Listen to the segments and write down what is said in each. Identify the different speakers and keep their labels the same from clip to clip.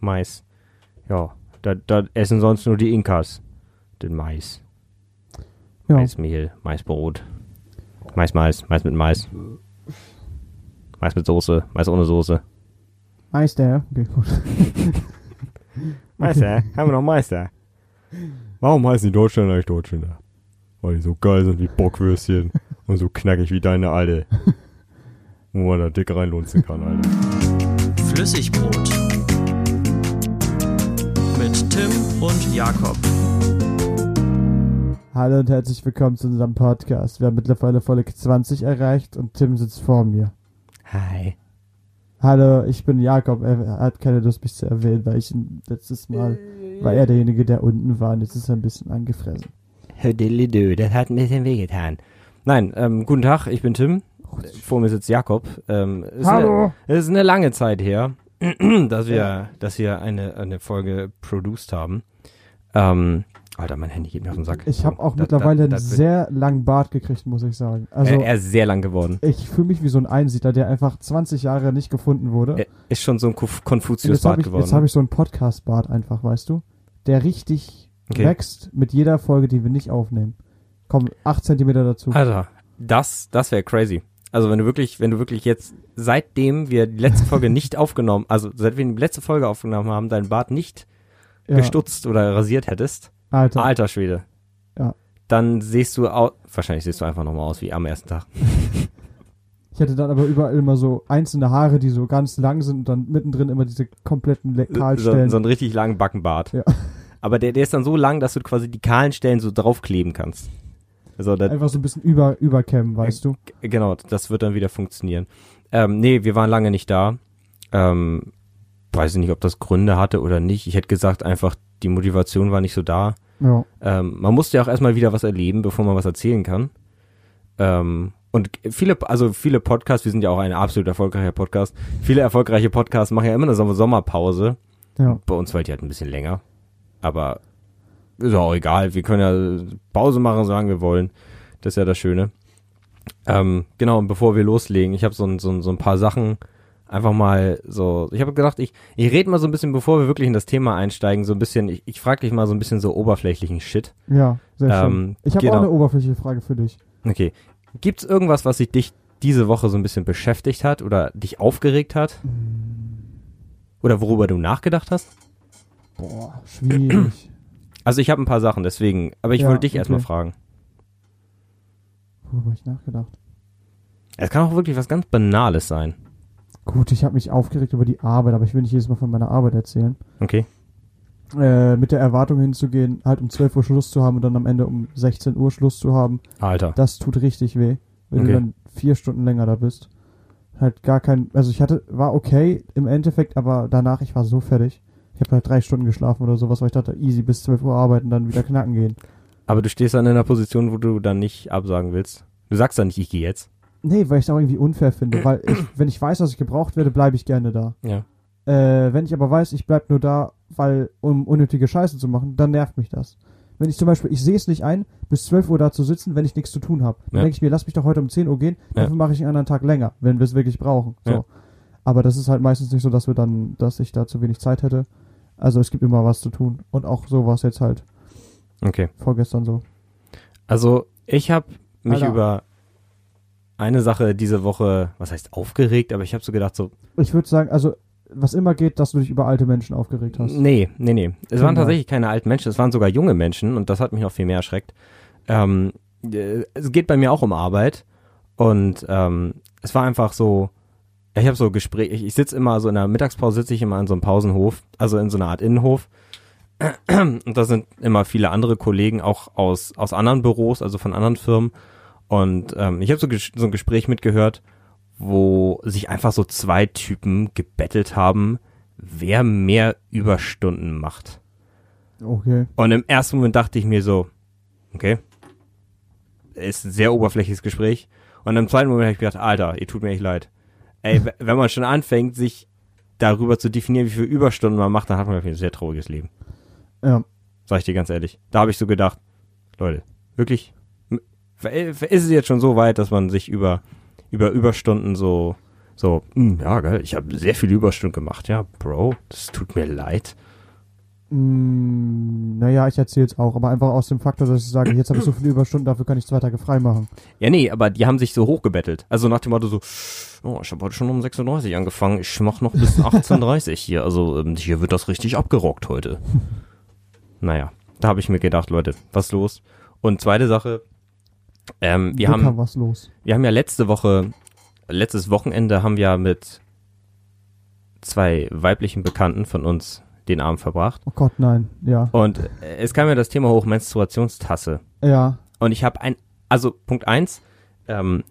Speaker 1: Mais. Ja, da, da essen sonst nur die Inkas den Mais.
Speaker 2: Ja.
Speaker 1: Maismehl, Maisbrot. Mais, Mais, Mais mit Mais. Mais mit Soße, Mais ohne Soße.
Speaker 2: Meister, okay, gut. äh?
Speaker 1: Meister, haben wir noch Meister.
Speaker 3: Warum heißen die Deutschländer eigentlich Deutschländer? Weil die so geil sind wie Bockwürstchen und so knackig wie deine alte. Wo man da dick reinlunzen kann, Alter.
Speaker 4: Flüssigbrot. Mit Tim und Jakob.
Speaker 2: Hallo und herzlich willkommen zu unserem Podcast. Wir haben mittlerweile Folge 20 erreicht und Tim sitzt vor mir.
Speaker 1: Hi.
Speaker 2: Hallo, ich bin Jakob. Er hat keine Lust, mich zu erwähnen, weil ich ihn letztes Mal war er derjenige, der unten war und jetzt ist er ein bisschen angefressen.
Speaker 1: Hödelidö, das hat ein bisschen wehgetan. Nein, ähm, guten Tag, ich bin Tim. Vor mir sitzt Jakob. Ähm, ist
Speaker 2: Hallo.
Speaker 1: Eine, es ist eine lange Zeit her, dass wir, dass wir eine, eine Folge produced haben. Ähm, Alter, mein Handy geht mir auf den Sack.
Speaker 2: Ich habe auch
Speaker 1: Da- da-
Speaker 2: mittlerweile
Speaker 1: da-
Speaker 2: einen
Speaker 1: da-
Speaker 2: sehr langen Bart gekriegt, muss ich sagen. Also
Speaker 1: er, er ist sehr lang geworden.
Speaker 2: ich fühle mich wie so ein Einsiedler, der einfach 20 Jahre nicht gefunden wurde.
Speaker 1: Er ist schon so ein Konf-
Speaker 2: Und jetzt habe
Speaker 1: Konfuzius-Bart
Speaker 2: ich,
Speaker 1: geworden.
Speaker 2: jetzt hab ich so einen Podcast-Bart einfach, weißt du? Der richtig
Speaker 1: Okay.
Speaker 2: wächst mit jeder Folge, die wir nicht aufnehmen. Komm, 8 Zentimeter dazu.
Speaker 1: Alter, das, das wäre crazy. Also wenn du wirklich, wenn du wirklich jetzt, seitdem wir die letzte Folge nicht aufgenommen, also seit wir die letzte Folge aufgenommen haben, deinen Bart nicht
Speaker 2: Ja,
Speaker 1: gestutzt oder rasiert hättest,
Speaker 2: Alter.
Speaker 1: alter Schwede,
Speaker 2: Ja.
Speaker 1: dann siehst du aus, wahrscheinlich siehst du einfach nochmal aus wie am ersten Tag.
Speaker 2: Ich hatte dann aber überall immer so einzelne Haare, die so ganz lang sind und dann mittendrin immer diese kompletten Le-
Speaker 1: So,
Speaker 2: Kahlstellen.
Speaker 1: so einen richtig langen Backenbart.
Speaker 2: Ja.
Speaker 1: Aber der, der ist dann so lang, dass du quasi die kahlen Stellen so draufkleben kannst. Also da,
Speaker 2: Einfach so ein bisschen über, überkämmen, weißt du?
Speaker 1: Genau, das wird dann wieder funktionieren. Ähm, nee, wir waren lange nicht da. Ähm, weiß nicht, ob das Gründe hatte oder nicht. Ich hätte gesagt, einfach die Motivation war nicht so da.
Speaker 2: Ja.
Speaker 1: Ähm, man musste ja auch erstmal wieder was erleben, bevor man was erzählen kann. Ähm, und viele, also viele Podcasts, wir sind ja auch ein absolut erfolgreicher Podcast, viele erfolgreiche Podcasts machen ja immer eine Sommer- Sommerpause.
Speaker 2: ja.
Speaker 1: Bei uns war die halt ein bisschen länger. Aber ist auch egal. Wir können ja Pause machen, solange wir wollen. Das ist ja das Schöne. Ähm, genau, und bevor wir loslegen, ich habe so, ein- so, ein- so ein paar Sachen einfach mal so. Ich habe gedacht, ich, ich rede mal so ein bisschen, bevor wir wirklich in das Thema einsteigen, so ein bisschen. Ich, ich frage dich mal so ein bisschen so oberflächlichen Shit.
Speaker 2: Ja, sehr schön.
Speaker 1: Ähm,
Speaker 2: ich habe
Speaker 1: genau.
Speaker 2: auch eine oberflächliche Frage für dich.
Speaker 1: Okay. Gibt's irgendwas, was sich dich diese Woche so ein bisschen beschäftigt hat oder dich aufgeregt hat? Oder worüber du nachgedacht hast?
Speaker 2: Boah, schwierig.
Speaker 1: Also ich habe ein paar Sachen, deswegen. Aber ich
Speaker 2: Ja,
Speaker 1: wollte dich
Speaker 2: okay.
Speaker 1: erstmal fragen.
Speaker 2: Worüber hab ich nachgedacht?
Speaker 1: Es kann auch wirklich was ganz Banales sein.
Speaker 2: Gut, ich habe mich aufgeregt über die Arbeit, aber ich will nicht jedes Mal von meiner Arbeit erzählen.
Speaker 1: Okay.
Speaker 2: äh, mit der Erwartung hinzugehen, halt um 12 Uhr Schluss zu haben und dann am Ende um 16 Uhr Schluss zu haben,
Speaker 1: Alter.
Speaker 2: das tut richtig weh, wenn
Speaker 1: Okay.
Speaker 2: du dann vier Stunden länger da bist. Halt gar kein, also ich hatte, war okay im Endeffekt, aber danach, ich war so fertig. Ich habe halt drei Stunden geschlafen oder sowas, weil ich dachte, easy, bis 12 Uhr arbeiten, dann wieder knacken gehen.
Speaker 1: Aber du stehst dann in einer Position, wo du dann nicht absagen willst. Du sagst dann nicht, ich gehe jetzt.
Speaker 2: Nee, weil ich es auch irgendwie unfair finde, weil ich, wenn ich weiß, dass ich gebraucht werde, bleibe ich gerne da.
Speaker 1: Ja.
Speaker 2: Äh, wenn ich aber weiß, ich bleib nur da, weil um unnötige Scheiße zu machen, dann nervt mich das. Wenn ich zum Beispiel, ich sehe es nicht ein, bis 12 Uhr da zu sitzen, wenn ich nichts zu tun habe. Dann
Speaker 1: Ja.
Speaker 2: denke ich mir, lass mich doch heute um 10 Uhr gehen,
Speaker 1: Ja.
Speaker 2: dafür mache ich einen anderen Tag länger, wenn wir es wirklich brauchen. So.
Speaker 1: Ja.
Speaker 2: Aber das ist halt meistens nicht so, dass wir dann, dass ich da zu wenig Zeit hätte. Also es gibt immer was zu tun. Und auch so war es jetzt halt
Speaker 1: Okay.
Speaker 2: vorgestern so.
Speaker 1: Also, ich habe mich
Speaker 2: Alter.
Speaker 1: über eine Sache diese Woche, was heißt aufgeregt, aber ich habe so gedacht, so,
Speaker 2: Ich würde sagen, also was immer geht, dass du dich über alte Menschen aufgeregt hast.
Speaker 1: Nee, nee, nee. Es waren
Speaker 2: Kann sein.
Speaker 1: tatsächlich keine alten Menschen, es waren sogar junge Menschen und das hat mich noch viel mehr erschreckt. Ähm, äh, es geht bei mir auch um Arbeit und ähm, es war einfach so, ich habe so Gespräche, ich, ich sitze immer so in der Mittagspause, sitze ich immer in so einem Pausenhof, also in so einer Art Innenhof und da sind immer viele andere Kollegen auch aus, aus anderen Büros, also von anderen Firmen und ähm, ich habe so, ges- so ein Gespräch mitgehört, wo sich einfach so zwei Typen gebettelt haben, wer mehr Überstunden macht.
Speaker 2: Okay.
Speaker 1: Und im ersten Moment dachte ich mir so, okay, ist ein sehr oberflächliches Gespräch. Und im zweiten Moment habe ich gedacht, Alter, ihr tut mir echt leid. Ey, w- wenn man schon anfängt, sich darüber zu definieren, wie viel Überstunden man macht, dann hat man wirklich ein sehr trauriges Leben.
Speaker 2: Ja.
Speaker 1: Sag ich dir ganz ehrlich. Da habe ich so gedacht, Leute, wirklich, äh, m- ver- ist es jetzt schon so weit, dass man sich über, über Überstunden so, So, "Hm, ja, geil, ich habe sehr viel Überstunden gemacht. Ja, Bro, das tut mir leid.
Speaker 2: Mm, naja, ich erzähle es auch, aber einfach aus dem Faktor, dass ich sage, jetzt habe ich so viele Überstunden, dafür kann ich zwei Tage frei machen.
Speaker 1: Ja, nee, aber die haben sich so hochgebettelt. Also nach dem Motto so, oh, ich habe heute schon um 36 angefangen, ich mach noch bis 18.30 hier. Also ähm, hier wird das richtig abgerockt heute. Naja, da habe ich mir gedacht, Leute, was los? Und zweite Sache, ähm, wir
Speaker 2: Da
Speaker 1: haben
Speaker 2: kam was los.
Speaker 1: wir haben ja letzte Woche, letztes Wochenende haben wir mit zwei weiblichen Bekannten von uns den Abend verbracht.
Speaker 2: Oh Gott, nein. Ja.
Speaker 1: Und äh, es kam ja das Thema hoch, Menstruationstasse.
Speaker 2: Ja.
Speaker 1: Und ich habe ein, also Punkt eins, ähm,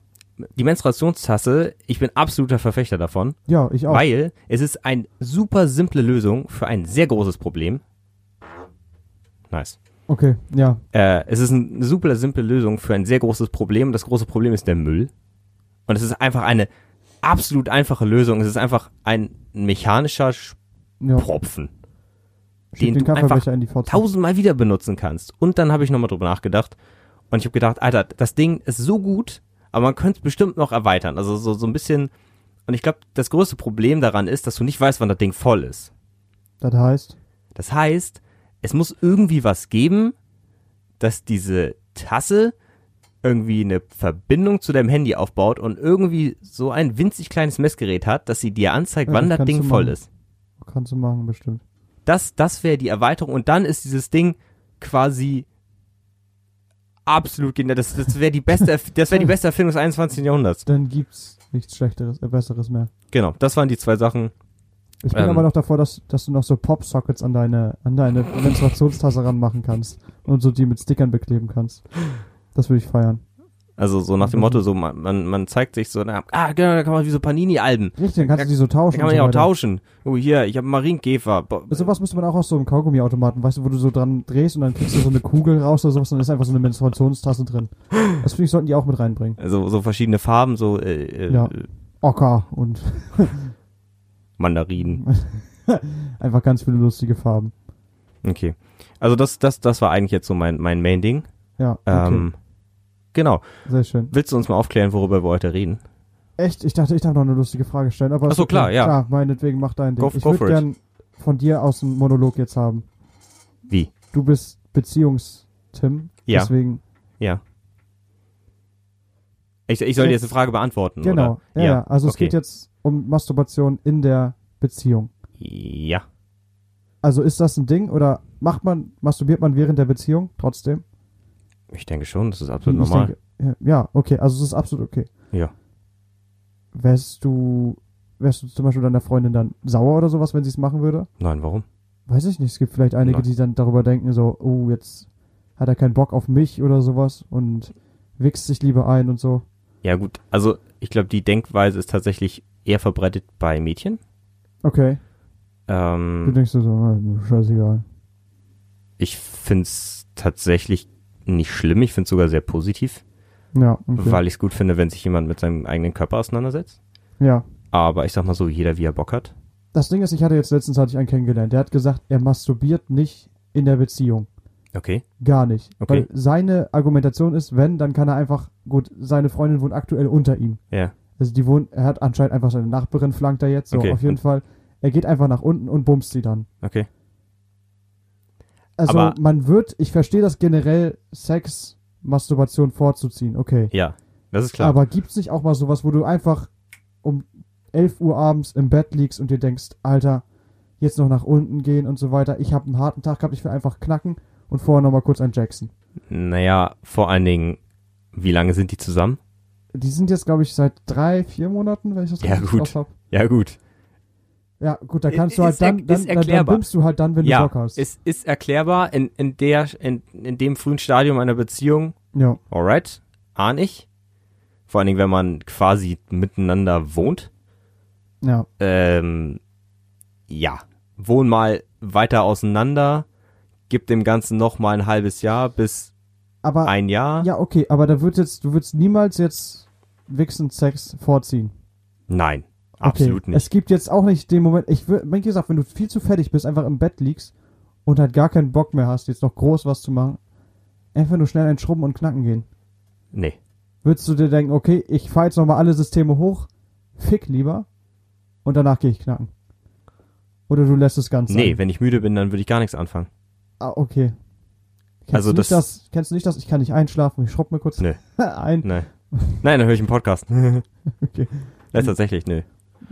Speaker 1: die Menstruationstasse, ich bin absoluter Verfechter davon,
Speaker 2: Ja, ich auch.
Speaker 1: weil es ist eine super simple Lösung für ein sehr großes Problem. Nice.
Speaker 2: Okay, ja.
Speaker 1: Äh, es ist ein- eine super simple Lösung für ein sehr großes Problem. Das große Problem ist der Müll. Und es ist einfach eine absolut einfache Lösung. Es ist einfach ein mechanischer
Speaker 2: ja.
Speaker 1: Propfen,
Speaker 2: Schieb
Speaker 1: den
Speaker 2: den
Speaker 1: du einfach
Speaker 2: Kaffeebecher in die Fotze.
Speaker 1: tausendmal wieder benutzen kannst. Und dann habe ich nochmal drüber nachgedacht. Und ich habe gedacht, Alter, das Ding ist so gut, aber man könnte es bestimmt noch erweitern. Also so, so ein bisschen. Und ich glaube, das größte Problem daran ist, dass du nicht weißt, wann das Ding voll ist.
Speaker 2: Das heißt,
Speaker 1: Das heißt, es muss irgendwie was geben, dass diese Tasse irgendwie eine Verbindung zu deinem Handy aufbaut und irgendwie so ein winzig kleines Messgerät hat, dass sie dir anzeigt,
Speaker 2: Ja,
Speaker 1: wann
Speaker 2: das
Speaker 1: das
Speaker 2: kannst
Speaker 1: Ding
Speaker 2: du
Speaker 1: voll
Speaker 2: machen.
Speaker 1: ist.
Speaker 2: kannst du machen, bestimmt.
Speaker 1: Das, das wäre die Erweiterung und dann ist dieses Ding quasi absolut genial. Das, das wäre die beste, Erf- das wäre die beste Erfindung des 21. Jahrhunderts.
Speaker 2: Dann gibt's nichts Schlechteres, äh, Besseres mehr.
Speaker 1: Genau, das waren die zwei Sachen.
Speaker 2: Ich bin
Speaker 1: Ähm.
Speaker 2: aber noch davor, dass, dass du noch so Pop-Sockets an deine, an deine Menstruationstasse ranmachen kannst und so die mit Stickern bekleben kannst. Das würde ich feiern.
Speaker 1: Also so
Speaker 2: Mhm.
Speaker 1: nach dem Motto, so man, man, man zeigt sich so, na, ah genau, da kann man wie so Panini-Alben.
Speaker 2: Richtig, dann kannst
Speaker 1: Ja,
Speaker 2: du die so tauschen.
Speaker 1: Kann man
Speaker 2: und
Speaker 1: ja
Speaker 2: so Also
Speaker 1: auch
Speaker 2: weiter.
Speaker 1: tauschen. Oh, hier, ich habe Marienkäfer. Bo-
Speaker 2: Sowas müsste man auch aus so einem Kaugummiautomaten, weißt du, wo du so dran drehst und dann kriegst du so eine Kugel raus oder sowas und dann ist einfach so eine Menstruationstasse drin. Das finde ich, sollten die auch mit reinbringen.
Speaker 1: Also so verschiedene Farben, so äh, äh,
Speaker 2: Ja.
Speaker 1: äh,
Speaker 2: Ocker und
Speaker 1: Mandarinen.
Speaker 2: einfach ganz viele lustige Farben.
Speaker 1: Okay. Also das, das, das war eigentlich jetzt so mein, mein Main-Ding.
Speaker 2: Ja, okay.
Speaker 1: Ähm, Genau.
Speaker 2: sehr schön.
Speaker 1: Willst du uns mal aufklären, worüber wir heute reden?
Speaker 2: Echt, ich dachte, ich darf noch eine lustige Frage stellen. Aber
Speaker 1: Ach so,
Speaker 2: ist
Speaker 1: klar, ja.
Speaker 2: Klar, meinetwegen mach dein Ding.
Speaker 1: Go-
Speaker 2: ich
Speaker 1: go
Speaker 2: würde
Speaker 1: for it.
Speaker 2: gern von dir aus einen Monolog jetzt haben.
Speaker 1: Wie?
Speaker 2: Du bist Beziehungstim.
Speaker 1: Ja.
Speaker 2: Deswegen,
Speaker 1: Ja. Ich, ich soll dir jetzt eine Frage beantworten,
Speaker 2: Äh, genau.
Speaker 1: oder?
Speaker 2: Ja, ja. Also es
Speaker 1: okay.
Speaker 2: geht jetzt um Masturbation in der Beziehung.
Speaker 1: Ja.
Speaker 2: Also ist das ein Ding oder macht man, masturbiert man während der Beziehung trotzdem?
Speaker 1: Ich denke schon, das ist absolut
Speaker 2: Ich
Speaker 1: normal.
Speaker 2: denke, ja, ja, okay, also es ist absolut okay.
Speaker 1: Ja.
Speaker 2: Wärst du, wärst du zum Beispiel deiner Freundin dann sauer oder sowas, wenn sie es machen würde?
Speaker 1: Nein, warum?
Speaker 2: Weiß ich nicht. Es gibt vielleicht einige,
Speaker 1: Nein.
Speaker 2: die dann darüber denken, so, oh, jetzt hat er keinen Bock auf mich oder sowas und wichst sich lieber ein und so.
Speaker 1: Ja, gut. Also, ich glaube, die Denkweise ist tatsächlich eher verbreitet bei Mädchen.
Speaker 2: Okay. Du
Speaker 1: Ähm,
Speaker 2: denkst dir so, ah, scheißegal.
Speaker 1: ich find's tatsächlich nicht schlimm. Ich find's sogar sehr positiv,
Speaker 2: Ja, okay.
Speaker 1: weil ich's gut finde, wenn sich jemand mit seinem eigenen Körper auseinandersetzt.
Speaker 2: ja.
Speaker 1: Aber ich sag mal so, jeder wie er Bock hat.
Speaker 2: Das Ding ist, ich hatte jetzt letztens hatte ich einen kennengelernt, der hat gesagt, er masturbiert nicht in der Beziehung.
Speaker 1: Okay.
Speaker 2: Gar nicht.
Speaker 1: Okay.
Speaker 2: Weil seine Argumentation ist, wenn, dann kann er einfach, gut, seine Freundin wohnt aktuell unter ihm.
Speaker 1: Ja.
Speaker 2: Also die wohnt, er hat anscheinend einfach seine Nachbarin flankt er jetzt, so
Speaker 1: Okay.
Speaker 2: auf jeden
Speaker 1: Und-
Speaker 2: Fall. Er geht einfach nach unten und bumst sie dann.
Speaker 1: Okay.
Speaker 2: Also
Speaker 1: Aber-
Speaker 2: man wird, ich verstehe das generell, Sex, Masturbation vorzuziehen, okay.
Speaker 1: Ja. Das ist klar.
Speaker 2: Aber gibt's nicht auch mal sowas, wo du einfach um 11 Uhr abends im Bett liegst und dir denkst, Alter, jetzt noch nach unten gehen und so weiter. Ich habe einen harten Tag gehabt, ich will einfach knacken und vorher nochmal kurz ein Jackson.
Speaker 1: naja, vor allen Dingen, wie lange sind die zusammen?
Speaker 2: Die sind jetzt, glaube ich, seit drei, vier Monaten, wenn ich das
Speaker 1: Ja,
Speaker 2: richtig
Speaker 1: gut.
Speaker 2: drauf hab.
Speaker 1: Ja, gut.
Speaker 2: Ja, gut, da kannst du
Speaker 1: Ist
Speaker 2: halt
Speaker 1: er-
Speaker 2: dann, dann,
Speaker 1: ist
Speaker 2: dann, dann
Speaker 1: erklärbar.
Speaker 2: bimmst du halt dann, wenn du
Speaker 1: ja,
Speaker 2: Bock hast.
Speaker 1: es ist erklärbar in, in, der, in, in dem frühen Stadium einer Beziehung.
Speaker 2: ja,
Speaker 1: Alright, ahn ich. Vor allen Dingen, wenn man quasi miteinander wohnt.
Speaker 2: ja,
Speaker 1: Ähm, ja, wohn mal weiter auseinander, gib dem Ganzen noch mal ein halbes Jahr bis
Speaker 2: aber,
Speaker 1: ein Jahr.
Speaker 2: ja, okay, aber da wird jetzt, du würdest niemals jetzt Wichsen Sex vorziehen.
Speaker 1: Nein, absolut
Speaker 2: okay.
Speaker 1: nicht.
Speaker 2: Es gibt jetzt auch nicht den Moment, ich würde, wie gesagt, wenn du viel zu fertig bist, einfach im Bett liegst und halt gar keinen Bock mehr hast, jetzt noch groß was zu machen, einfach nur schnell einschrubben und knacken gehen.
Speaker 1: Nee,
Speaker 2: Würdest du dir denken, okay, ich fahr jetzt nochmal alle Systeme hoch, fick lieber und danach gehe ich knacken. Oder du lässt es ganz
Speaker 1: Nee,
Speaker 2: sein.
Speaker 1: wenn ich müde bin, dann würde ich gar nichts anfangen.
Speaker 2: Ah, okay. Kennst
Speaker 1: Also
Speaker 2: du nicht
Speaker 1: das-
Speaker 2: das, Kennst du nicht das? Ich kann nicht einschlafen. Ich schraub mir kurz
Speaker 1: Nee. Hm.
Speaker 2: ein.
Speaker 1: Nein. Nein, dann höre ich einen Podcast.
Speaker 2: Okay.
Speaker 1: Das ist tatsächlich, nö.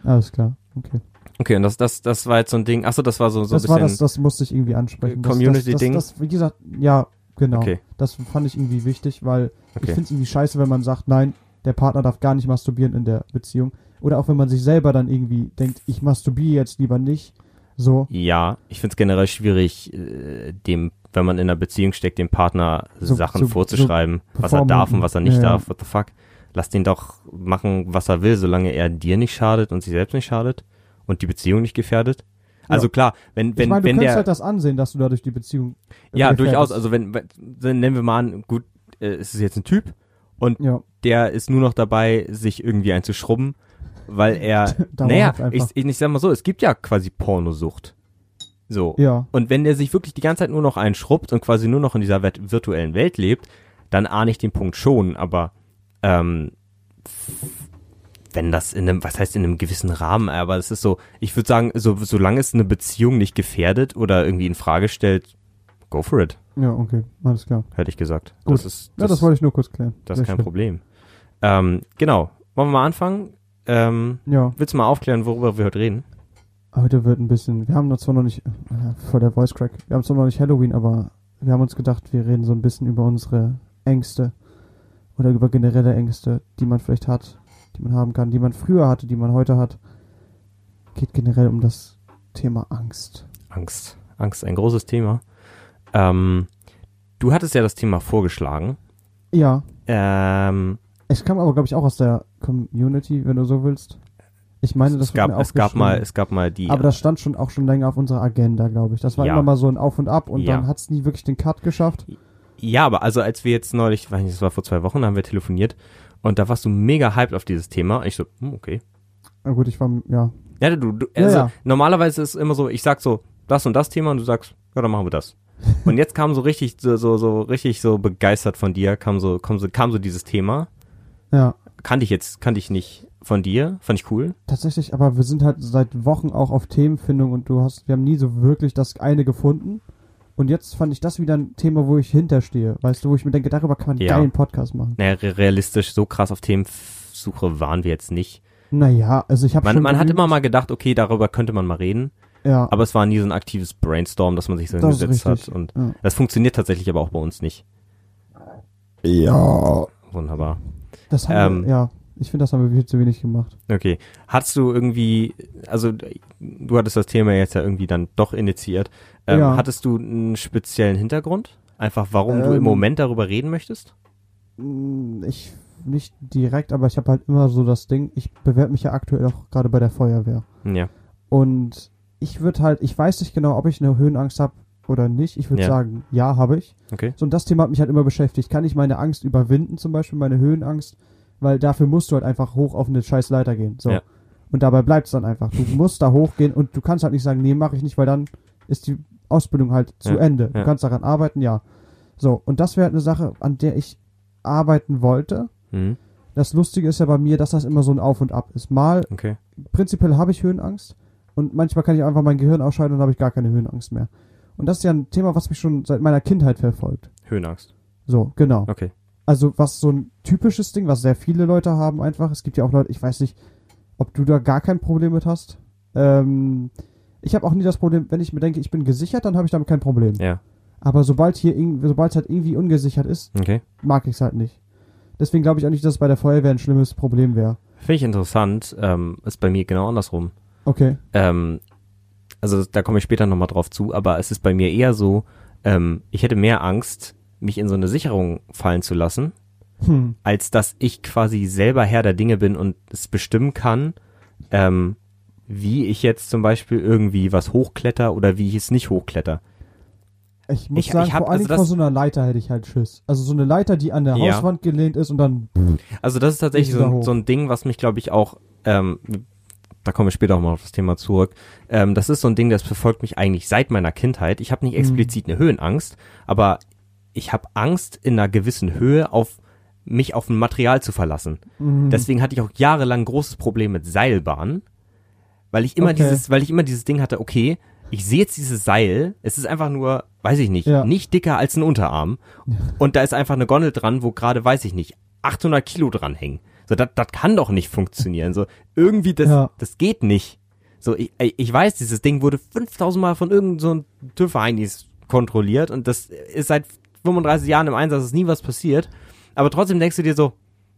Speaker 2: Alles klar. Okay.
Speaker 1: Okay, und das, das, das war jetzt so ein Ding. Achso, das war so, so ein
Speaker 2: das
Speaker 1: bisschen.
Speaker 2: war das, das musste ich irgendwie ansprechen. Das-
Speaker 1: Community-Ding?
Speaker 2: Das, das, das, wie gesagt, ja, genau.
Speaker 1: Okay.
Speaker 2: Das fand ich irgendwie wichtig, weil ich
Speaker 1: Okay.
Speaker 2: finde es irgendwie scheiße, wenn man sagt, nein, der Partner darf gar nicht masturbieren in der Beziehung. Oder auch wenn man sich selber dann irgendwie denkt, ich masturbiere jetzt lieber nicht. So.
Speaker 1: Ja, ich find's generell schwierig, äh, dem, wenn man in einer Beziehung steckt, dem Partner
Speaker 2: So-
Speaker 1: Sachen
Speaker 2: so-
Speaker 1: vorzuschreiben, was er
Speaker 2: performen.
Speaker 1: darf und was er nicht
Speaker 2: Ja, ja.
Speaker 1: darf. What the fuck? Lass den doch machen, was er will, solange er dir nicht schadet und sich selbst nicht schadet und die Beziehung nicht gefährdet. Also
Speaker 2: Ja.
Speaker 1: klar, wenn, wenn,
Speaker 2: ich meine, du
Speaker 1: wenn
Speaker 2: kannst
Speaker 1: der.
Speaker 2: halt das ansehen, dass du dadurch die Beziehung. äh,
Speaker 1: ja,
Speaker 2: gefährdest.
Speaker 1: durchaus. Also wenn, wenn, dann nennen wir mal an, gut, äh, es ist jetzt ein Typ und
Speaker 2: Ja,
Speaker 1: der ist nur noch dabei, sich irgendwie einzuschrubben, weil er. Äh, naja,
Speaker 2: Dauerhaft halt einfach.
Speaker 1: ich, ich, ich sag mal so, es gibt ja quasi Pornosucht. So.
Speaker 2: ja.
Speaker 1: Und wenn der sich wirklich die ganze Zeit nur noch einschrubbt und quasi nur noch in dieser wet- virtuellen Welt lebt, dann ahne ich den Punkt schon, aber ähm, wenn das in einem, was heißt in einem gewissen Rahmen, aber es ist so, ich würde sagen, so, solange es eine Beziehung nicht gefährdet oder irgendwie in Frage stellt, go for it,
Speaker 2: Ja, okay. Alles klar.
Speaker 1: hätte ich gesagt.
Speaker 2: Gut.
Speaker 1: Das ist, das,
Speaker 2: Ja, das wollte ich nur kurz klären.
Speaker 1: das ist
Speaker 2: Sehr
Speaker 1: kein
Speaker 2: schön.
Speaker 1: Problem. Ähm, genau. Wollen wir mal anfangen? Ähm,
Speaker 2: Ja,
Speaker 1: willst du mal aufklären, worüber wir heute reden?
Speaker 2: heute wird ein bisschen. Wir haben noch zwar noch nicht. Äh, vor der Voice Crack. Wir haben zwar noch nicht Halloween, aber wir haben uns gedacht, wir reden so ein bisschen über unsere Ängste. Oder über generelle Ängste, die man vielleicht hat, die man haben kann, die man früher hatte, die man heute hat. Geht generell um das Thema Angst.
Speaker 1: Angst. Angst, ein großes Thema. Ähm, du hattest ja das Thema vorgeschlagen.
Speaker 2: Ja.
Speaker 1: Ähm,
Speaker 2: Es kam aber, glaube ich, auch aus der Community, wenn du so willst. Ich meine, das
Speaker 1: es
Speaker 2: wird
Speaker 1: gab,
Speaker 2: mir
Speaker 1: es gab
Speaker 2: aufgeschrieben.
Speaker 1: mal, es gab mal die.
Speaker 2: Aber das stand schon auch schon länger auf unserer Agenda, glaube ich. Das war
Speaker 1: Ja.
Speaker 2: immer mal so ein Auf und Ab und
Speaker 1: Ja.
Speaker 2: dann hat es nie wirklich den Cut geschafft.
Speaker 1: ja, aber also als wir jetzt neulich, weiß nicht, das war vor zwei Wochen, da haben wir telefoniert und da warst du mega hyped auf dieses Thema. Und ich so, hm, okay.
Speaker 2: Na gut, ich war, ja.
Speaker 1: Ja, du, du
Speaker 2: Ja,
Speaker 1: also
Speaker 2: ja.
Speaker 1: normalerweise ist immer so, ich sag so das und das Thema und du sagst, ja, dann machen wir das. Und jetzt kam so richtig, so, so, so richtig so begeistert von dir, kam so, kam so, kam so dieses Thema.
Speaker 2: Ja,
Speaker 1: Kannte ich jetzt, kannte ich nicht von dir, fand ich cool.
Speaker 2: tatsächlich, aber wir sind halt seit Wochen auch auf Themenfindung und du hast, wir haben nie so wirklich das eine gefunden. Und jetzt fand ich das wieder ein Thema, wo ich hinterstehe. Weißt du, wo ich mir denke, darüber kann man einen
Speaker 1: Ja.
Speaker 2: geilen Podcast machen.
Speaker 1: Naja, re- realistisch, so krass auf Themensuche waren wir jetzt nicht.
Speaker 2: Naja, also ich habe
Speaker 1: Man,
Speaker 2: schon.
Speaker 1: man hat
Speaker 2: geübt.
Speaker 1: immer mal gedacht, okay, darüber könnte man mal reden,
Speaker 2: Ja,
Speaker 1: aber es war nie so ein aktives Brainstorm, dass man sich so
Speaker 2: Das ist
Speaker 1: hingesetzt hat.
Speaker 2: richtig,
Speaker 1: Und
Speaker 2: ja.
Speaker 1: das funktioniert tatsächlich aber auch bei uns nicht.
Speaker 2: ja.
Speaker 1: Wunderbar.
Speaker 2: Das haben
Speaker 1: Ähm.
Speaker 2: wir, ja. Ich finde, das haben wir viel zu wenig gemacht.
Speaker 1: Okay. Hattest du irgendwie, also du hattest das Thema jetzt ja irgendwie dann doch initiiert. Ähm,
Speaker 2: Ja.
Speaker 1: Hattest du einen speziellen Hintergrund? Einfach warum du im
Speaker 2: Ähm.
Speaker 1: Moment darüber reden möchtest?
Speaker 2: Mm, Ich nicht direkt, aber ich habe halt immer so das Ding, ich bewerbe mich ja aktuell auch gerade bei der Feuerwehr.
Speaker 1: Hm, Ja.
Speaker 2: Und ich würde halt, ich weiß nicht genau, ob ich eine Höhenangst habe oder nicht. Ich würde
Speaker 1: Ja.
Speaker 2: sagen, ja, habe ich.
Speaker 1: Okay.
Speaker 2: So, und das Thema hat mich halt immer beschäftigt. Kann ich meine Angst überwinden, zum Beispiel meine Höhenangst? Weil dafür musst du halt einfach hoch auf eine scheiß Leiter gehen. So.
Speaker 1: Ja.
Speaker 2: Und dabei bleibt es dann einfach. Du musst da hochgehen und du kannst halt nicht sagen, nee, mache ich nicht, weil dann ist die Ausbildung halt zu
Speaker 1: Ja,
Speaker 2: Ende. Du
Speaker 1: ja.
Speaker 2: kannst daran arbeiten, ja. So, und das wäre halt eine Sache, an der ich arbeiten wollte.
Speaker 1: Mhm.
Speaker 2: Das Lustige ist ja bei mir, dass das immer so ein Auf und Ab ist. Mal
Speaker 1: Okay.
Speaker 2: prinzipiell habe ich Höhenangst und manchmal kann ich einfach mein Gehirn ausschalten und habe ich gar keine Höhenangst mehr. Und das ist ja ein Thema, was mich schon seit meiner Kindheit verfolgt.
Speaker 1: Höhenangst.
Speaker 2: So, genau.
Speaker 1: Okay.
Speaker 2: Also was so ein typisches Ding, was sehr viele Leute haben einfach. Es gibt ja auch Leute, ich weiß nicht, ob du da gar kein Problem mit hast. Ähm, ich habe auch nie das Problem, wenn ich mir denke, ich bin gesichert, dann habe ich damit kein Problem.
Speaker 1: Ja.
Speaker 2: Aber sobald hier irgend- sobald es halt irgendwie ungesichert ist,
Speaker 1: Okay.
Speaker 2: mag ich es halt nicht. Deswegen glaube ich auch nicht, dass es bei der Feuerwehr ein schlimmes Problem wäre.
Speaker 1: Finde ich interessant. Ähm, ist bei mir genau andersrum.
Speaker 2: Okay.
Speaker 1: ähm, also da komme ich später nochmal drauf zu, aber es ist bei mir eher so, ähm, ich hätte mehr Angst, mich in so eine Sicherung fallen zu lassen,
Speaker 2: Hm.
Speaker 1: als dass ich quasi selber Herr der Dinge bin und es bestimmen kann, ähm, wie ich jetzt zum Beispiel irgendwie was hochkletter oder wie ich es nicht hochkletter.
Speaker 2: Ich muss
Speaker 1: Ich-
Speaker 2: sagen,
Speaker 1: ich hab-
Speaker 2: vor allem
Speaker 1: also das-
Speaker 2: vor so einer Leiter hätte ich halt Schiss. Also so eine Leiter, die an der
Speaker 1: Ja.
Speaker 2: Hauswand gelehnt ist und dann.
Speaker 1: Also das ist tatsächlich
Speaker 2: Nicht so
Speaker 1: so,
Speaker 2: hoch.
Speaker 1: so ein Ding, was mich, glaube ich, auch, ähm, da kommen wir später auch mal auf das Thema zurück, ähm, das ist so ein Ding, das verfolgt mich eigentlich seit meiner Kindheit. Ich habe
Speaker 2: Mhm.
Speaker 1: nicht explizit eine Höhenangst, aber ich habe Angst, in einer gewissen Höhe auf mich auf ein Material zu verlassen.
Speaker 2: Mhm.
Speaker 1: Deswegen hatte ich auch jahrelang ein großes Problem mit Seilbahnen, weil ich immer
Speaker 2: Okay.
Speaker 1: dieses, weil ich immer dieses Ding hatte, okay, ich sehe jetzt dieses Seil, es ist einfach nur, weiß ich nicht,
Speaker 2: Ja.
Speaker 1: nicht dicker als ein Unterarm und da ist einfach eine Gondel dran, wo gerade, weiß ich nicht, 800 Kilo dran hängen. So, das das kann doch nicht funktionieren. So, irgendwie, das,
Speaker 2: Ja.
Speaker 1: das geht nicht. So, ich, ey, ich weiß, dieses Ding wurde 5000 Mal von irgendeinem so einem TÜV-Heinis kontrolliert und das ist seit 35 Jahren im Einsatz, ist nie was passiert. Aber trotzdem denkst du dir so,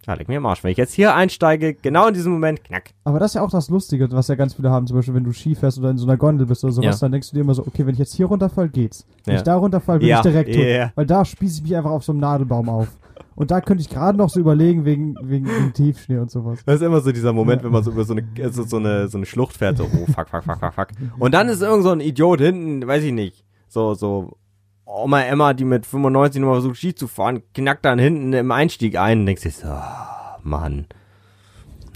Speaker 1: ja, leg mir am Arsch, wenn ich jetzt hier einsteige, genau in diesem Moment, knack.
Speaker 2: Aber das ist ja auch das Lustige, was ja ganz viele haben, zum Beispiel, wenn du Ski fährst oder in so einer Gondel bist oder sowas,
Speaker 1: Ja.
Speaker 2: dann denkst du dir immer so, okay, wenn ich jetzt hier runterfall, geht's. Wenn
Speaker 1: Ja.
Speaker 2: ich da runterfall, bin
Speaker 1: Ja,
Speaker 2: ich direkt tot.
Speaker 1: ja.
Speaker 2: Weil da spieße ich mich einfach auf so einem Nadelbaum auf. Und da könnte ich gerade noch so überlegen, wegen, wegen, wegen Tiefschnee und sowas.
Speaker 1: Das ist immer so dieser Moment, wenn man so über so eine, also so eine, so eine Schlucht fährt, so, oh, fuck, fuck, fuck, fuck, fuck. Und dann ist irgend so ein Idiot hinten, weiß ich nicht, so, so, Oma Emma, die mit 95 nochmal versucht, Ski zu fahren, knackt dann hinten im Einstieg ein und denkst dir so, oh, Mann.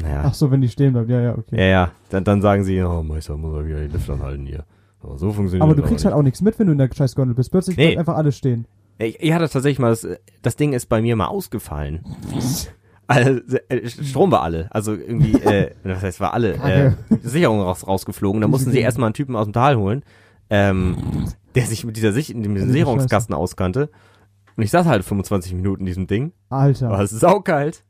Speaker 1: Naja,
Speaker 2: Ach so, wenn die stehen bleiben, ja, ja, okay.
Speaker 1: ja, ja, dann, dann sagen sie, oh, Meister, muss er wieder den Lift anhalten hier. Aber so funktioniert
Speaker 2: Aber du
Speaker 1: das
Speaker 2: kriegst
Speaker 1: auch
Speaker 2: halt auch nichts mit, wenn du in der scheiß Gondel bist. Plötzlich
Speaker 1: Nee.
Speaker 2: bleibt einfach alle stehen.
Speaker 1: Ich, ich hatte tatsächlich mal, das, äh, das Ding ist bei mir mal ausgefallen. Also, äh, Strom war alle. Also irgendwie, äh, das heißt, war alle. Äh, Sicherung raus, rausgeflogen. Da mussten sie erstmal einen Typen aus dem Tal holen, ähm, der sich mit dieser Sich mit diesem
Speaker 2: Scheiße.
Speaker 1: Sicherungskasten auskannte. Und ich saß halt 25 Minuten in diesem Ding.
Speaker 2: Alter,
Speaker 1: War saukalt.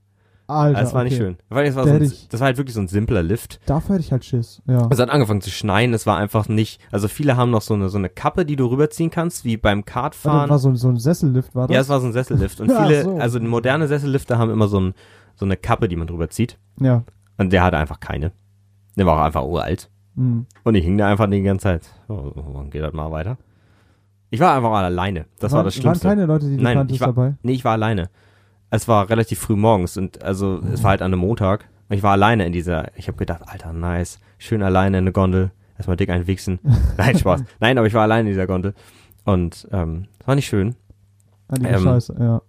Speaker 2: Alter.
Speaker 1: Oh, das war nicht
Speaker 2: okay.
Speaker 1: schön. Vor allem, Das war, so
Speaker 2: Da
Speaker 1: ein,
Speaker 2: hätte ich-
Speaker 1: das war halt wirklich so ein simpler Lift.
Speaker 2: Dafür hätte ich halt Schiss, ja.
Speaker 1: Es hat angefangen zu schneien, es war einfach nicht. Also viele haben noch so eine, so eine Kappe, die du rüberziehen kannst, wie beim
Speaker 2: Warte,
Speaker 1: Kartfahren.
Speaker 2: war so, so ein Sessellift, war das?
Speaker 1: Ja, es war so ein Sessellift. Und
Speaker 2: Ach
Speaker 1: viele,
Speaker 2: so.
Speaker 1: also moderne Sessellifte haben immer so, ein, so eine Kappe, die man drüber zieht.
Speaker 2: ja.
Speaker 1: Und der hatte einfach keine. Der war auch einfach uralt.
Speaker 2: Mhm.
Speaker 1: Und ich hing da einfach die ganze Zeit. Oh, wann geht das mal weiter? Ich war einfach alleine. Das war das Schlimmste.
Speaker 2: Waren keine Leute, die du
Speaker 1: Nein, ich
Speaker 2: kanntest
Speaker 1: war,
Speaker 2: dabei?
Speaker 1: nee, ich war alleine. Es war relativ früh morgens und also es war halt an einem Montag. Und ich war alleine in dieser. Ich habe gedacht, Alter, nice, schön alleine in der Gondel. Erstmal dick einwichsen. Nein, Spaß. Nein, aber ich war alleine in dieser Gondel. Und ähm, es war nicht schön.
Speaker 2: Ah, die
Speaker 1: ähm,
Speaker 2: Scheiße, ja.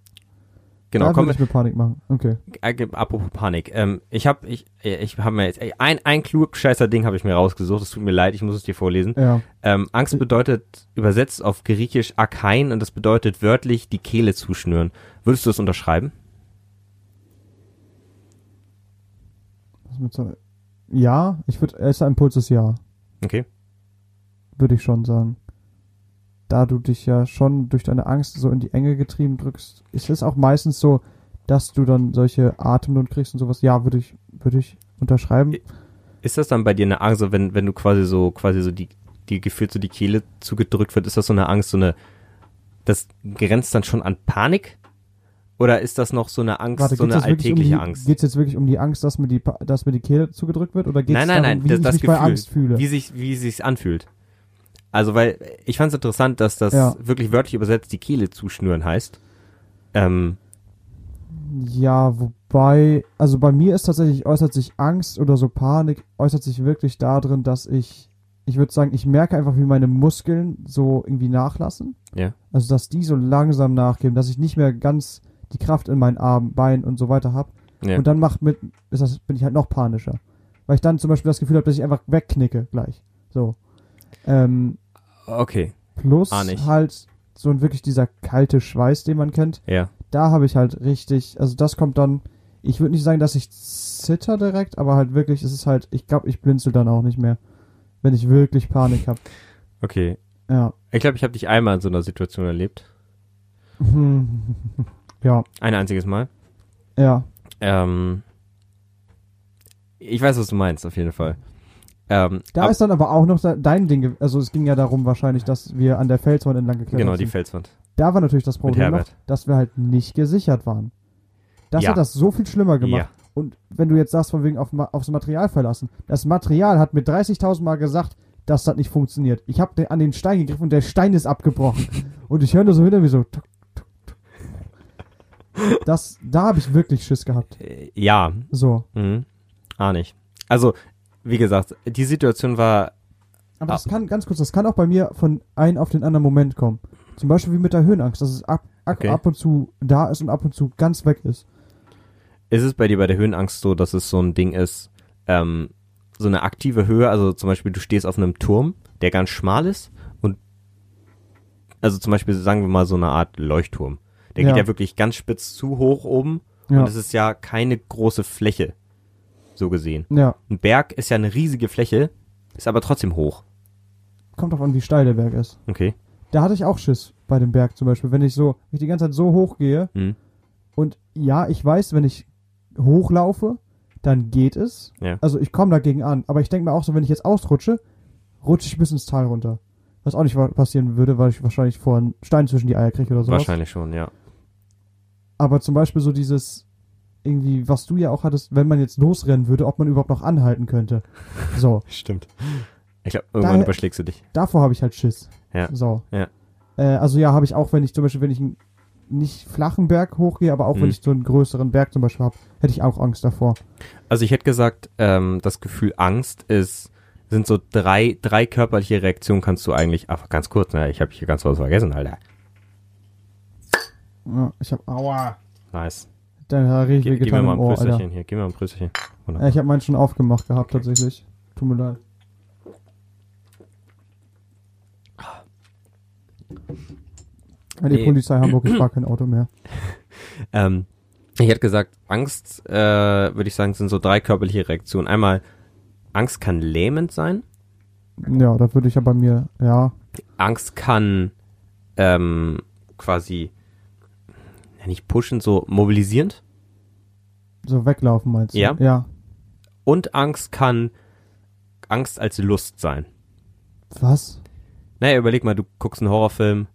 Speaker 1: Genau,
Speaker 2: da
Speaker 1: kommen
Speaker 2: würde ich mir Panik machen. Okay.
Speaker 1: Äh, apropos Panik. Ähm, ich habe ich, ich hab mir jetzt ey, ein, ein klugscheißer Ding habe ich mir rausgesucht. Es tut mir leid, ich muss es dir vorlesen.
Speaker 2: Ja.
Speaker 1: Ähm, Angst bedeutet übersetzt auf Griechisch Akain und das bedeutet wörtlich die Kehle zuschnüren. Würdest du das unterschreiben?
Speaker 2: Was mit so- Ja, ich würde, erster Impuls ist ja,
Speaker 1: Okay.
Speaker 2: würde ich schon sagen. Da du dich ja schon durch deine Angst so in die Enge getrieben drückst, ist es auch meistens so, dass du dann solche Atemnot kriegst und sowas. Ja, würde ich, würde ich unterschreiben.
Speaker 1: Ist das dann bei dir eine Angst, so wenn wenn du quasi so quasi so die die gefühlt so die Kehle zugedrückt wird, ist das so eine Angst, so eine das grenzt dann schon an Panik? Oder ist das noch so eine Angst, so
Speaker 2: geht's
Speaker 1: eine
Speaker 2: jetzt wirklich
Speaker 1: alltägliche
Speaker 2: um die,
Speaker 1: Angst?
Speaker 2: Geht's jetzt wirklich um die Angst, dass mir die, Pa- dass mir die Kehle zugedrückt wird? Oder geht's
Speaker 1: Nein, nein,
Speaker 2: darum,
Speaker 1: nein,
Speaker 2: wie
Speaker 1: das,
Speaker 2: ich
Speaker 1: das
Speaker 2: mich
Speaker 1: Gefühl,
Speaker 2: bei Angst fühle?
Speaker 1: wie sich wie sich's anfühlt. Also weil ich fand es interessant, dass das
Speaker 2: Ja.
Speaker 1: wirklich wörtlich übersetzt die Kehle zuschnüren heißt. Ähm,
Speaker 2: Ja, wobei, also bei mir ist tatsächlich, äußert sich Angst oder so Panik, äußert sich wirklich darin, dass ich, ich würde sagen, ich merke einfach, wie meine Muskeln so irgendwie nachlassen.
Speaker 1: Ja.
Speaker 2: Also, dass die so langsam nachgeben, dass ich nicht mehr ganz die Kraft in meinen Armen, Beinen und so weiter habe.
Speaker 1: ja.
Speaker 2: Und dann macht mit, ist das, bin ich halt noch panischer. Weil ich dann zum Beispiel das Gefühl habe, dass ich einfach wegknicke gleich. So. Ähm,
Speaker 1: okay,
Speaker 2: plus
Speaker 1: Ah, nicht.
Speaker 2: halt so ein wirklich dieser kalte Schweiß, den man kennt
Speaker 1: ja,
Speaker 2: da habe ich halt richtig, also das kommt dann, ich würde nicht sagen, dass ich zitter direkt, aber halt wirklich, es ist halt, ich glaube, ich blinzel dann auch nicht mehr, wenn ich wirklich Panik habe.
Speaker 1: okay.
Speaker 2: Ja.
Speaker 1: Ich glaube, ich habe dich einmal in so einer Situation erlebt,
Speaker 2: ja,
Speaker 1: ein einziges Mal.
Speaker 2: ja.
Speaker 1: Ähm, ich weiß, was du meinst, auf jeden Fall. Ähm,
Speaker 2: Da
Speaker 1: ab-
Speaker 2: ist dann aber auch noch da, dein Ding, ge- also es ging ja darum wahrscheinlich, dass wir an der Felswand entlang geklettert
Speaker 1: genau die
Speaker 2: sind.
Speaker 1: Felswand.
Speaker 2: Da war natürlich das Problem noch,
Speaker 1: Herbert.
Speaker 2: dass wir halt nicht gesichert waren. Das
Speaker 1: Ja.
Speaker 2: hat das so viel schlimmer gemacht. Und wenn du jetzt sagst, von wegen auf, Ma- aufs Material verlassen, das Material hat mir 30.000 Mal gesagt, dass das nicht funktioniert. Ich habe de- an den Stein gegriffen und der Stein ist abgebrochen. und ich höre nur so hinter mir so. Tuck, tuck, tuck. Das, da habe ich wirklich Schiss gehabt.
Speaker 1: Ja, äh, ja,
Speaker 2: So.
Speaker 1: mhm. ah nicht. Also wie gesagt, die Situation war
Speaker 2: Aber
Speaker 1: Ah.
Speaker 2: das kann, ganz kurz, das kann auch bei mir von einem auf den anderen Moment kommen. Zum Beispiel wie mit der Höhenangst, dass es ab, ab,
Speaker 1: Okay.
Speaker 2: ab und zu da ist und ab und zu ganz weg ist.
Speaker 1: Ist es bei dir bei der Höhenangst so, dass es so ein Ding ist, ähm, so eine aktive Höhe, also zum Beispiel du stehst auf einem Turm, der ganz schmal ist und also zum Beispiel sagen wir mal so eine Art Leuchtturm. Der
Speaker 2: Ja.
Speaker 1: geht ja wirklich ganz spitz zu hoch oben
Speaker 2: Ja.
Speaker 1: Und es ist ja keine große Fläche, so gesehen.
Speaker 2: ja,
Speaker 1: Ein Berg ist ja eine riesige Fläche, ist aber trotzdem hoch.
Speaker 2: kommt drauf an, wie steil der Berg ist.
Speaker 1: Okay.
Speaker 2: Da hatte ich auch Schiss bei dem Berg zum Beispiel. Wenn ich so, wenn ich die ganze Zeit so hoch gehe
Speaker 1: Mhm.
Speaker 2: und ja, ich weiß, wenn ich hochlaufe, dann geht es.
Speaker 1: Ja.
Speaker 2: Also ich komme dagegen an. Aber ich denke mir auch so, wenn ich jetzt ausrutsche, rutsche ich bis ins Tal runter. Was auch nicht wa- passieren würde, weil ich wahrscheinlich vor einen Stein zwischen die Eier kriege oder sowas.
Speaker 1: Wahrscheinlich schon, ja.
Speaker 2: Aber zum Beispiel so dieses, irgendwie, was du ja auch hattest, wenn man jetzt losrennen würde, ob man überhaupt noch anhalten könnte. So.
Speaker 3: Stimmt.
Speaker 1: Ich glaube, irgendwann
Speaker 2: Da-
Speaker 1: überschlägst du dich.
Speaker 2: davor habe ich halt Schiss.
Speaker 1: Ja.
Speaker 2: So.
Speaker 1: Ja.
Speaker 2: Äh, also ja, habe ich auch, wenn ich zum Beispiel, wenn ich einen nicht flachen Berg hochgehe, aber auch
Speaker 1: Mhm.
Speaker 2: wenn ich so einen größeren Berg zum Beispiel habe, hätte ich auch Angst davor.
Speaker 1: Also ich hätte gesagt, ähm, das Gefühl Angst ist, sind so drei, drei körperliche Reaktionen kannst du eigentlich, ach, ganz kurz, ne, ich habe hier ganz was vergessen, Alter.
Speaker 2: Ja, ich habe, aua,
Speaker 1: Nice.
Speaker 2: dann hat er richtig
Speaker 1: Ge
Speaker 2: weh
Speaker 1: gib mir
Speaker 2: getan
Speaker 1: mal
Speaker 2: im
Speaker 1: ein
Speaker 2: Ohr, Alter.
Speaker 1: Prüsserchen hier, gib mir mal ein Prüsserchen.
Speaker 2: Ja, ich habe meinen schon aufgemacht gehabt tatsächlich. Tut mir leid. Ja, Die
Speaker 1: Nee.
Speaker 2: Polizei Hamburg, ich fahr kein Auto mehr.
Speaker 1: Ähm, ich hätte gesagt, Angst, äh, würde ich sagen, sind so drei körperliche Reaktionen. Einmal, Angst kann lähmend sein.
Speaker 2: Ja, da würde ich ja bei mir, ja,
Speaker 1: Angst kann ähm, quasi, ja, nicht pushen, so mobilisierend.
Speaker 2: so weglaufen meinst du?
Speaker 1: Ja.
Speaker 2: Ja.
Speaker 1: Und Angst kann Angst als Lust sein.
Speaker 2: Was?
Speaker 1: Naja, überleg mal, du guckst einen Horrorfilm,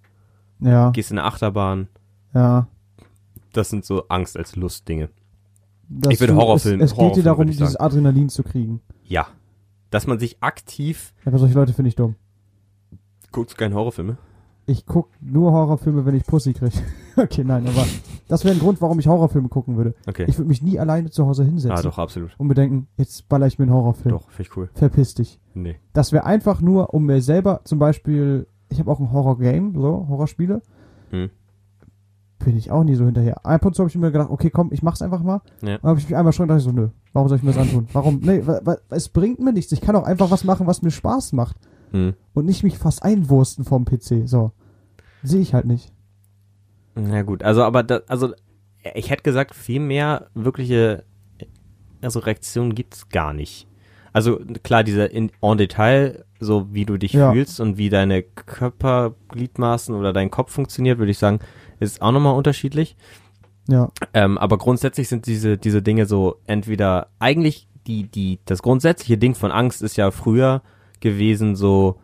Speaker 2: Ja,
Speaker 1: gehst in eine Achterbahn.
Speaker 2: ja.
Speaker 1: Das sind so Angst als Lust-Dinge.
Speaker 2: dass
Speaker 1: Ich würde
Speaker 2: du-
Speaker 1: Horrorfilm-
Speaker 2: Es, es geht dir
Speaker 1: Horrorfilm,
Speaker 2: darum,
Speaker 1: würde ich
Speaker 2: dieses Adrenalin zu kriegen.
Speaker 1: Ja. Dass man sich aktiv.
Speaker 2: Aber solche Leute finde ich dumm.
Speaker 1: Guckst du keine Horrorfilme?
Speaker 2: Ich gucke nur Horrorfilme, wenn ich Pussy kriege. okay, nein, aber das wäre ein Grund, warum ich Horrorfilme gucken würde.
Speaker 1: Okay.
Speaker 2: Ich würde mich nie alleine zu Hause hinsetzen
Speaker 1: ah, doch, absolut.
Speaker 2: und bedenken, jetzt baller ich mir einen Horrorfilm.
Speaker 1: Doch, finde ich cool.
Speaker 2: Verpiss dich.
Speaker 1: Nee.
Speaker 2: Das wäre einfach nur, um mir selber zum Beispiel, ich habe auch ein Horror-Game, so Horrorspiele.
Speaker 1: Hm.
Speaker 2: Bin ich auch nie so hinterher. Ab und zu habe ich mir gedacht, okay, komm, ich mach's einfach mal.
Speaker 1: Ja.
Speaker 2: Und habe ich mich einmal schon gedacht, so, nö, warum soll ich mir das antun? Warum? Nee, wa, wa, es bringt mir nichts. Ich kann auch einfach was machen, was mir Spaß macht.
Speaker 1: Hm.
Speaker 2: und nicht mich fast einwursten vom PC. So. Sehe ich halt nicht.
Speaker 1: Na gut, also aber da, also ich hätte gesagt, viel mehr wirkliche also Reaktionen gibt's gar nicht. Also klar, dieser in en Detail, so wie du dich
Speaker 2: Ja.
Speaker 1: fühlst und wie deine Körpergliedmaßen oder dein Kopf funktioniert, würde ich sagen, ist auch nochmal unterschiedlich.
Speaker 2: Ja.
Speaker 1: Ähm, aber grundsätzlich sind diese, diese Dinge so entweder eigentlich die, die, das grundsätzliche Ding von Angst ist ja früher gewesen so,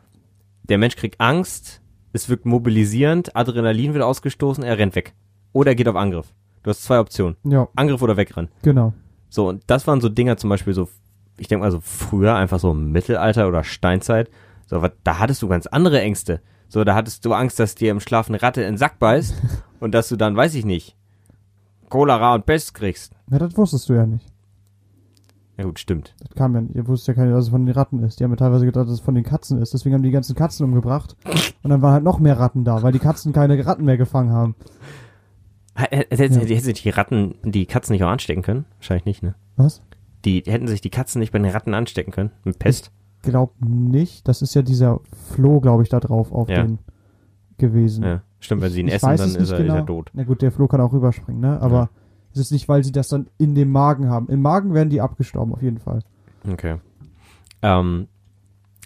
Speaker 1: der Mensch kriegt Angst, es wirkt mobilisierend, Adrenalin wird ausgestoßen, er rennt weg. Oder er geht auf Angriff. Du hast zwei Optionen.
Speaker 2: Ja,
Speaker 1: Angriff oder wegrennen.
Speaker 2: genau.
Speaker 1: So, und das waren so Dinger zum Beispiel so, ich denke mal so früher, einfach so im Mittelalter oder Steinzeit, so, aber da hattest du ganz andere Ängste. So, da hattest du Angst, dass dir im Schlaf eine Ratte in den Sack beißt und dass du dann, weiß ich nicht, Cholera und Pest kriegst.
Speaker 2: Ja, das wusstest du ja nicht.
Speaker 1: Ja gut, stimmt.
Speaker 2: Das kam ja nicht. Ihr wusstet ja keine, dass es von den Ratten ist. Die haben ja teilweise gedacht, dass es von den Katzen ist. Deswegen haben die die ganzen Katzen umgebracht. Und dann waren halt noch mehr Ratten da, weil die Katzen keine Ratten mehr gefangen haben.
Speaker 1: Hätten
Speaker 2: Ja.
Speaker 1: hätten sich die Ratten, die Katzen nicht auch anstecken können? Wahrscheinlich nicht, ne?
Speaker 2: Was?
Speaker 1: Die hätten sich die Katzen nicht bei den Ratten anstecken können. Mit Pest?
Speaker 2: Glaub nicht. Das ist ja dieser Floh, glaube ich, da drauf auf
Speaker 1: Ja.
Speaker 2: den gewesen.
Speaker 1: Ja, stimmt, wenn sie ihn
Speaker 2: Ich
Speaker 1: essen,
Speaker 2: weiß
Speaker 1: dann
Speaker 2: es nicht genau.
Speaker 1: ist er, ist er tot.
Speaker 2: Na gut, der Floh kann auch rüberspringen, ne? Aber
Speaker 1: Ja.
Speaker 2: es ist nicht, weil sie das dann in dem Magen haben. Im Magen werden die abgestorben, auf jeden Fall.
Speaker 1: Okay. Ähm,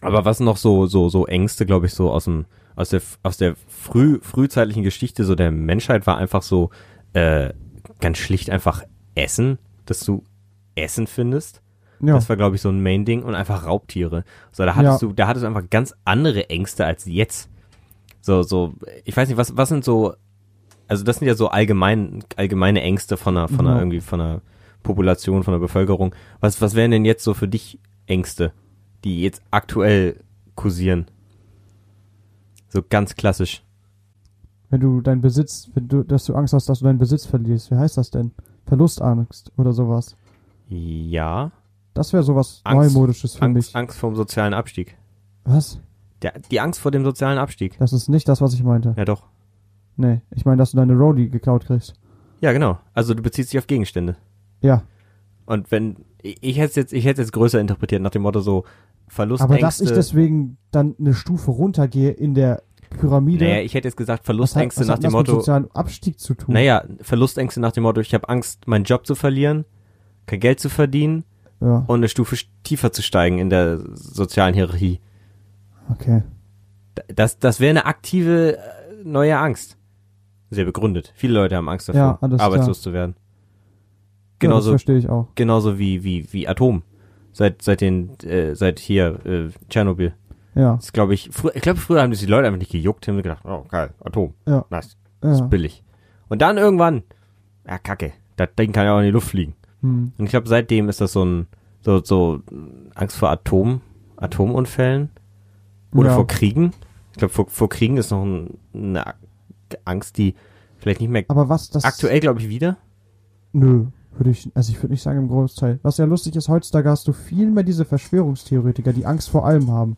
Speaker 1: aber was noch so so so Ängste, glaube ich, so aus dem aus der aus der früh frühzeitlichen Geschichte so der Menschheit war einfach so äh, ganz schlicht einfach Essen, dass du Essen findest.
Speaker 2: Ja.
Speaker 1: Das war, glaube ich, so ein Main-Ding und einfach Raubtiere. So, da hattest
Speaker 2: Ja.
Speaker 1: du, da hattest du einfach ganz andere Ängste als jetzt. So, so, ich weiß nicht, was, was sind so, also das sind ja so allgemein, allgemeine Ängste von einer, von einer
Speaker 2: Ja.
Speaker 1: irgendwie, von einer Population, von der Bevölkerung. Was, was wären denn jetzt so für dich Ängste, die jetzt aktuell kursieren? So ganz klassisch.
Speaker 2: Wenn du deinen Besitz, wenn du, dass du Angst hast, dass du deinen Besitz verlierst. Wie heißt das denn? Verlustangst oder sowas.
Speaker 1: Ja.
Speaker 2: Das wäre sowas
Speaker 1: Angst-
Speaker 2: Neumodisches für
Speaker 1: Angst,
Speaker 2: mich.
Speaker 1: Angst vor dem sozialen Abstieg.
Speaker 2: Was?
Speaker 1: Der, die Angst vor dem sozialen Abstieg.
Speaker 2: Das ist nicht das, was ich meinte.
Speaker 1: Ja, doch.
Speaker 2: Nee, ich meine, dass du deine Rolli geklaut kriegst.
Speaker 1: Ja, genau. Also du beziehst dich auf Gegenstände.
Speaker 2: Ja,
Speaker 1: Und wenn ich ich hätte es jetzt, ich hätte es jetzt größer interpretiert nach dem Motto so Verlustängste.
Speaker 2: aber dass ich deswegen dann eine Stufe runtergehe in der Pyramide.
Speaker 1: Naja, ich hätte jetzt gesagt,
Speaker 2: was hat,
Speaker 1: Verlustängste
Speaker 2: was
Speaker 1: nach
Speaker 2: hat
Speaker 1: dem
Speaker 2: das mit
Speaker 1: Motto,
Speaker 2: sozialen Abstieg zu tun?
Speaker 1: naja, Verlustängste nach dem Motto, ich habe Angst, meinen Job zu verlieren, kein Geld zu verdienen
Speaker 2: Ja,
Speaker 1: und eine Stufe sch- tiefer zu steigen in der sozialen Hierarchie.
Speaker 2: okay.
Speaker 1: D- Das, das wäre eine aktive äh, neue Angst. Sehr begründet. Viele Leute haben Angst davor,
Speaker 2: Ja, alles klar.
Speaker 1: arbeitslos zu werden.
Speaker 2: ja, das
Speaker 1: Genauso,
Speaker 2: verstehe ich auch.
Speaker 1: genauso wie, wie, wie Atom. Seit, seit den, äh, seit hier, äh, Tschernobyl.
Speaker 2: Ja,
Speaker 1: Das glaube ich, frü- ich glaube, früher haben das die Leute einfach nicht gejuckt, haben gedacht, oh, geil, Atom,
Speaker 2: Ja.
Speaker 1: nice, ist
Speaker 2: ja.
Speaker 1: billig. Und dann irgendwann, ja, kacke, das Ding kann ja auch in die Luft fliegen.
Speaker 2: Hm.
Speaker 1: Und ich glaube, seitdem ist das so ein, so, so Angst vor Atom, Atomunfällen oder
Speaker 2: ja.
Speaker 1: vor Kriegen. Ich glaube, vor, vor Kriegen ist noch ein, eine A- Angst, die vielleicht nicht mehr,
Speaker 2: Aber was das...
Speaker 1: aktuell glaube ich wieder.
Speaker 2: Nö, würde ich, also ich würde nicht sagen im Großteil. Was ja lustig ist, heutzutage hast du viel mehr diese Verschwörungstheoretiker, die Angst vor allem haben.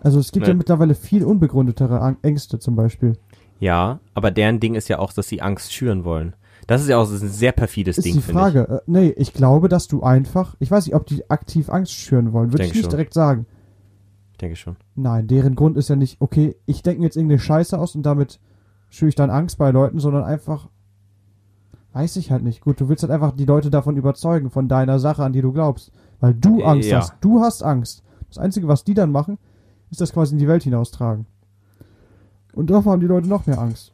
Speaker 2: Also es gibt
Speaker 1: Nee.
Speaker 2: ja mittlerweile viel unbegründetere Ang Ängste zum Beispiel.
Speaker 1: Ja, aber deren Ding ist ja auch, dass sie Angst schüren wollen. Das ist ja auch das ist ein sehr perfides
Speaker 2: Ist
Speaker 1: Ding,
Speaker 2: die
Speaker 1: finde ich.
Speaker 2: Frage. Äh, nee, ich glaube, dass du einfach, ich weiß nicht, ob die aktiv Angst schüren wollen, würde ich
Speaker 1: Denke
Speaker 2: nicht
Speaker 1: schon.
Speaker 2: direkt sagen.
Speaker 1: Ich denke schon.
Speaker 2: Nein, deren Grund ist ja nicht, okay, ich denke mir jetzt irgendeine Scheiße aus und damit schüre ich dann Angst bei Leuten, sondern einfach, weiß ich halt nicht. Gut, du willst halt einfach die Leute davon überzeugen, von deiner Sache, an die du glaubst. Weil du
Speaker 1: Äh,
Speaker 2: Angst
Speaker 1: ja.
Speaker 2: hast. Du hast Angst. Das Einzige, was die dann machen, ist das quasi in die Welt hinaustragen. Und davor haben die Leute noch mehr Angst.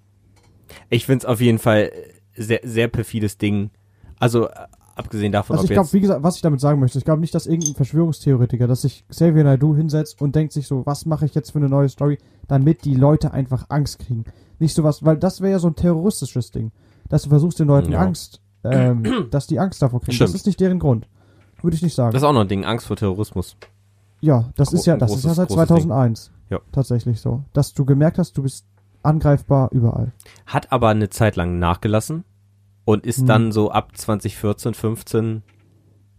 Speaker 1: Ich find's auf jeden Fall sehr, sehr perfides Ding. Also, äh, abgesehen davon,
Speaker 2: also
Speaker 1: ob
Speaker 2: ich glaube,
Speaker 1: jetzt.
Speaker 2: wie gesagt, was ich damit sagen möchte, ich glaube nicht, dass irgendein Verschwörungstheoretiker, dass sich Xavier Naidoo hinsetzt und denkt sich so, was mache ich jetzt für eine neue Story, damit die Leute einfach Angst kriegen. Nicht sowas, weil das wäre ja so ein terroristisches Ding, dass du versuchst den Leuten
Speaker 1: Ja.
Speaker 2: Angst, ähm, dass die Angst davor kriegen.
Speaker 1: Stimmt.
Speaker 2: Das ist nicht deren Grund. Würde ich nicht sagen.
Speaker 1: Das ist auch noch ein Ding, Angst vor Terrorismus.
Speaker 2: ja, das ist ja, das ist ja
Speaker 1: großes-
Speaker 2: seit
Speaker 1: großes
Speaker 2: 2001.
Speaker 1: Ja.
Speaker 2: Tatsächlich so. Dass du gemerkt hast, du bist angreifbar überall.
Speaker 1: Hat aber eine Zeit lang nachgelassen und ist
Speaker 2: Hm.
Speaker 1: dann so ab 2014, 15,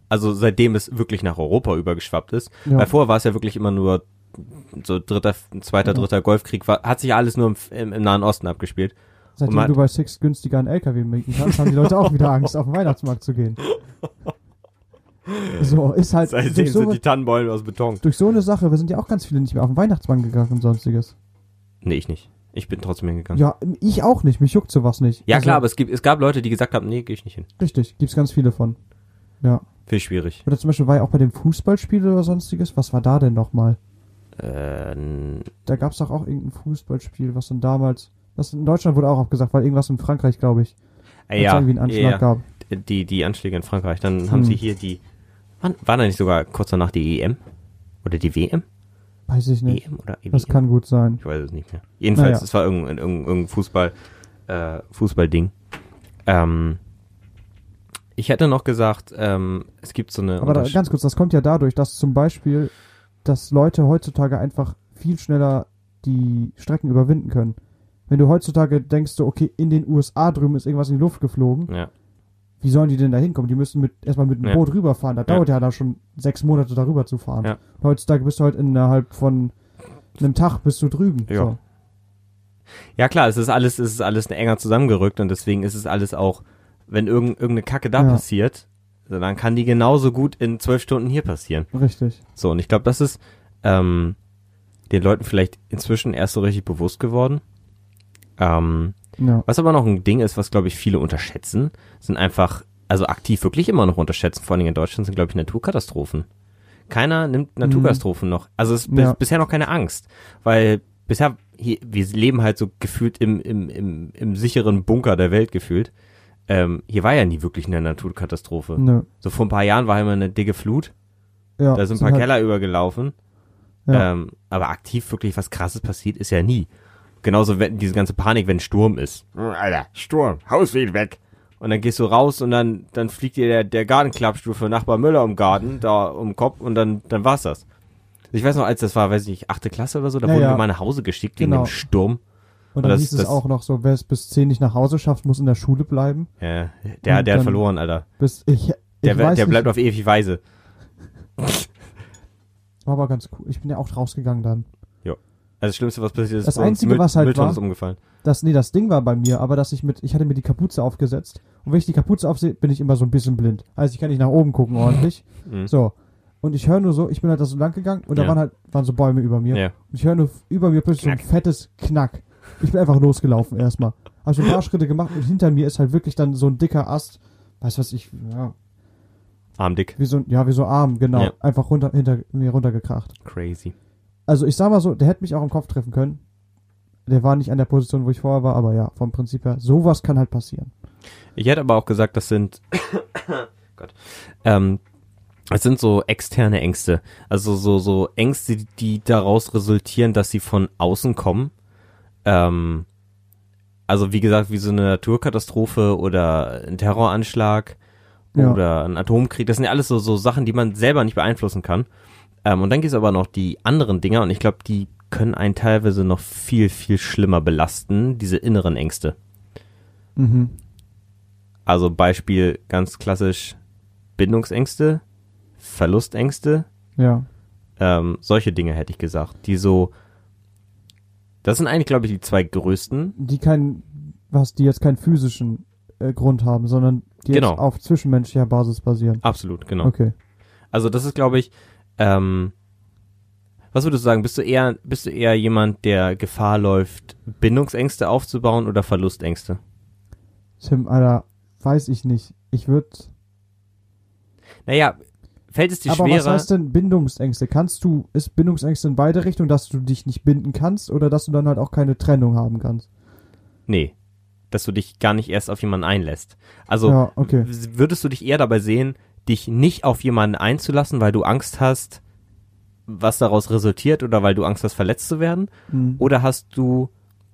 Speaker 1: also seitdem es wirklich nach Europa übergeschwappt ist.
Speaker 2: Ja.
Speaker 1: Weil vorher war es ja wirklich immer nur so dritter, zweiter,
Speaker 2: Ja.
Speaker 1: dritter Golfkrieg, war, hat sich alles nur im, im, im Nahen Osten abgespielt.
Speaker 2: Seitdem
Speaker 1: man-
Speaker 2: du bei Six günstiger einen LKW mieten kannst, haben die Leute auch wieder Angst, auf den Weihnachtsmarkt zu gehen. So, ist halt.
Speaker 1: Seitdem
Speaker 2: Durch so,
Speaker 1: sind die Tannenbäume aus Beton.
Speaker 2: durch so eine Sache, wir sind ja auch ganz viele nicht mehr auf den Weihnachtsmarkt gegangen und sonstiges.
Speaker 1: Nee, ich nicht. Ich bin trotzdem hingegangen. Ja,
Speaker 2: Ja, ich auch nicht, mich juckt sowas nicht. Also,
Speaker 1: klar, aber es, gibt, es gab Leute, die gesagt haben, nee, gehe ich nicht hin.
Speaker 2: Richtig, gibt's ganz viele von. Ja.
Speaker 1: Viel schwierig.
Speaker 2: Oder zum Beispiel war ja auch bei dem Fußballspiel oder sonstiges, was war da denn nochmal?
Speaker 1: Äh,
Speaker 2: Da gab's doch auch irgendein Fußballspiel, was dann damals. Das in Deutschland wurde auch abgesagt, weil irgendwas in Frankreich, glaube ich,
Speaker 1: Äh,
Speaker 2: als
Speaker 1: ja,
Speaker 2: irgendwie einen Anschlag
Speaker 1: ja, ja.
Speaker 2: gab.
Speaker 1: Die, die Anschläge in Frankreich. Dann haben
Speaker 2: Hm.
Speaker 1: sie hier die. Wann, war da nicht sogar kurz danach die EM? Oder die WM?
Speaker 2: Weiß ich nicht.
Speaker 1: EM oder EWM?
Speaker 2: Das kann gut sein.
Speaker 1: ich weiß es nicht mehr. Jedenfalls,
Speaker 2: Naja.
Speaker 1: es war irgendein, irgendein, irgendein Fußball, äh, Fußballding. Ähm, ich hätte noch gesagt, ähm, es gibt so eine.
Speaker 2: Aber da,
Speaker 1: Untersch-
Speaker 2: ganz kurz, das kommt ja dadurch, dass zum Beispiel, dass Leute heutzutage einfach viel schneller die Strecken überwinden können. Wenn du heutzutage denkst, so, okay, in den USA drüben ist irgendwas in die Luft geflogen,
Speaker 1: ja.
Speaker 2: wie sollen die denn da hinkommen? Die müssen mit, erstmal mit dem
Speaker 1: Ja.
Speaker 2: Boot rüberfahren. Da
Speaker 1: Ja.
Speaker 2: dauert ja dann schon sechs Monate, darüber zu fahren.
Speaker 1: Ja.
Speaker 2: Und heutzutage bist du halt innerhalb von einem Tag bist du drüben.
Speaker 1: Ja.
Speaker 2: So.
Speaker 1: ja, klar, es ist alles, es ist alles enger zusammengerückt und deswegen ist es alles auch, wenn irgend, irgendeine Kacke da
Speaker 2: Ja.
Speaker 1: passiert, dann kann die genauso gut in zwölf Stunden hier passieren.
Speaker 2: Richtig.
Speaker 1: So, und ich glaube, das ist ähm, den Leuten vielleicht inzwischen erst so richtig bewusst geworden. Ähm,
Speaker 2: Ja.
Speaker 1: was aber noch ein Ding ist, was, glaube ich, viele unterschätzen, sind einfach, also aktiv wirklich immer noch unterschätzen, vor allen Dingen in Deutschland, sind, glaube ich, Naturkatastrophen. Keiner nimmt Naturkatastrophen noch. Also es ist bis-
Speaker 2: Ja.
Speaker 1: bisher noch keine Angst, weil bisher, hier, wir leben halt so gefühlt im, im, im, im sicheren Bunker der Welt gefühlt. Ähm, hier war ja nie wirklich eine Naturkatastrophe.
Speaker 2: Nö.
Speaker 1: So vor ein paar Jahren war immer eine dicke Flut,
Speaker 2: Ne. Ja,
Speaker 1: da sind ein paar
Speaker 2: halt-
Speaker 1: Keller übergelaufen.
Speaker 2: Ja.
Speaker 1: Ähm, aber aktiv wirklich was Krasses passiert ist ja nie. Genauso wenn diese ganze Panik, wenn Sturm ist.
Speaker 3: Alter, Sturm, Haus fliegt weg.
Speaker 1: Und dann gehst du raus und dann, dann fliegt dir der, der Gartenklappstuhl für Nachbar Müller im Garten, da um den Kopf und dann, dann war's das. Ich weiß noch, als das war, weiß ich nicht, achte Klasse oder so, da
Speaker 2: Ja,
Speaker 1: wurden
Speaker 2: ja.
Speaker 1: wir mal nach Hause geschickt wegen
Speaker 2: Genau.
Speaker 1: dem Sturm.
Speaker 2: Und dann
Speaker 1: das-
Speaker 2: hieß es
Speaker 1: das-
Speaker 2: auch noch so, wer es bis zehn nicht nach Hause schafft, muss in der Schule bleiben.
Speaker 1: Ja, der,
Speaker 2: Und
Speaker 1: der hat
Speaker 2: dann-
Speaker 1: verloren, Alter.
Speaker 2: Bis ich, ich
Speaker 1: Der, we-
Speaker 2: weiß
Speaker 1: der
Speaker 2: nicht,
Speaker 1: bleibt auf ewig Weise.
Speaker 2: War aber ganz cool. Ich bin ja auch rausgegangen dann.
Speaker 1: Also das Schlimmste, was passiert ist,
Speaker 2: Das
Speaker 1: bei uns
Speaker 2: Einzige,
Speaker 1: Müll-
Speaker 2: was halt
Speaker 1: Müllton
Speaker 2: war-
Speaker 1: ist umgefallen.
Speaker 2: Das, nee, das Ding war bei mir, aber dass ich mit, ich hatte mir die Kapuze aufgesetzt. Und wenn ich die Kapuze aufsehe, bin ich immer so ein bisschen blind. Also ich kann nicht nach oben gucken ordentlich.
Speaker 1: Mhm.
Speaker 2: So. Und ich höre nur so, ich bin halt da so lang gegangen und da
Speaker 1: Ja.
Speaker 2: waren halt waren so Bäume über mir.
Speaker 1: Ja.
Speaker 2: Und ich höre nur f- über mir plötzlich so ein
Speaker 1: Knack.
Speaker 2: fettes Knack. Ich bin einfach losgelaufen erstmal. Hab so ein paar Schritte gemacht und hinter mir ist halt wirklich dann so ein dicker Ast. Weiß was ich, ja,
Speaker 1: Armdick.
Speaker 2: wie so ein, ja, wie so ein Arm, genau.
Speaker 1: Ja.
Speaker 2: Einfach runter, hinter mir runtergekracht.
Speaker 1: Crazy.
Speaker 2: Also ich sag mal so, der hätte mich auch im Kopf treffen können. Der war nicht an der Position, wo ich vorher war, aber ja, vom Prinzip her, sowas kann halt passieren.
Speaker 1: Ich hätte aber auch gesagt, das sind Gott. Ähm, es sind so externe Ängste. Also so, so Ängste, die daraus resultieren, dass sie von außen kommen. Ähm, also wie gesagt, wie so eine Naturkatastrophe oder ein Terroranschlag
Speaker 2: Ja.
Speaker 1: oder ein Atomkrieg. Das sind ja alles so, so Sachen, die man selber nicht beeinflussen kann. Ähm, und dann gibt es aber noch die anderen Dinger und ich glaube, die können einen teilweise noch viel, viel schlimmer belasten, diese inneren Ängste.
Speaker 2: Mhm.
Speaker 1: Also Beispiel ganz klassisch Bindungsängste, Verlustängste,
Speaker 2: Ja.
Speaker 1: ähm, solche Dinge hätte ich gesagt, die so, das sind eigentlich, glaube ich, die zwei größten.
Speaker 2: Die keinen, was, die jetzt keinen physischen äh, Grund haben, sondern die
Speaker 1: Genau.
Speaker 2: jetzt auf zwischenmenschlicher Basis basieren.
Speaker 1: Absolut, genau.
Speaker 2: Okay.
Speaker 1: Also das ist, glaube ich, ähm, was würdest du sagen? Bist du eher, bist du eher jemand, der Gefahr läuft, Bindungsängste aufzubauen oder Verlustängste?
Speaker 2: Tim, Alter, weiß ich nicht. Ich würde.
Speaker 1: Naja, fällt es dir
Speaker 2: Aber was
Speaker 1: schwerer?
Speaker 2: heißt denn Bindungsängste? Kannst du, ist Bindungsängste in beide Richtungen, dass du dich nicht binden kannst oder dass du dann halt auch keine Trennung haben kannst?
Speaker 1: nee, dass du dich gar nicht erst auf jemanden einlässt. Also
Speaker 2: ja, okay.
Speaker 1: W- würdest du dich eher dabei sehen, dich nicht auf jemanden einzulassen, weil du Angst hast, was daraus resultiert oder weil du Angst hast, verletzt zu werden?
Speaker 2: Mhm.
Speaker 1: Oder hast du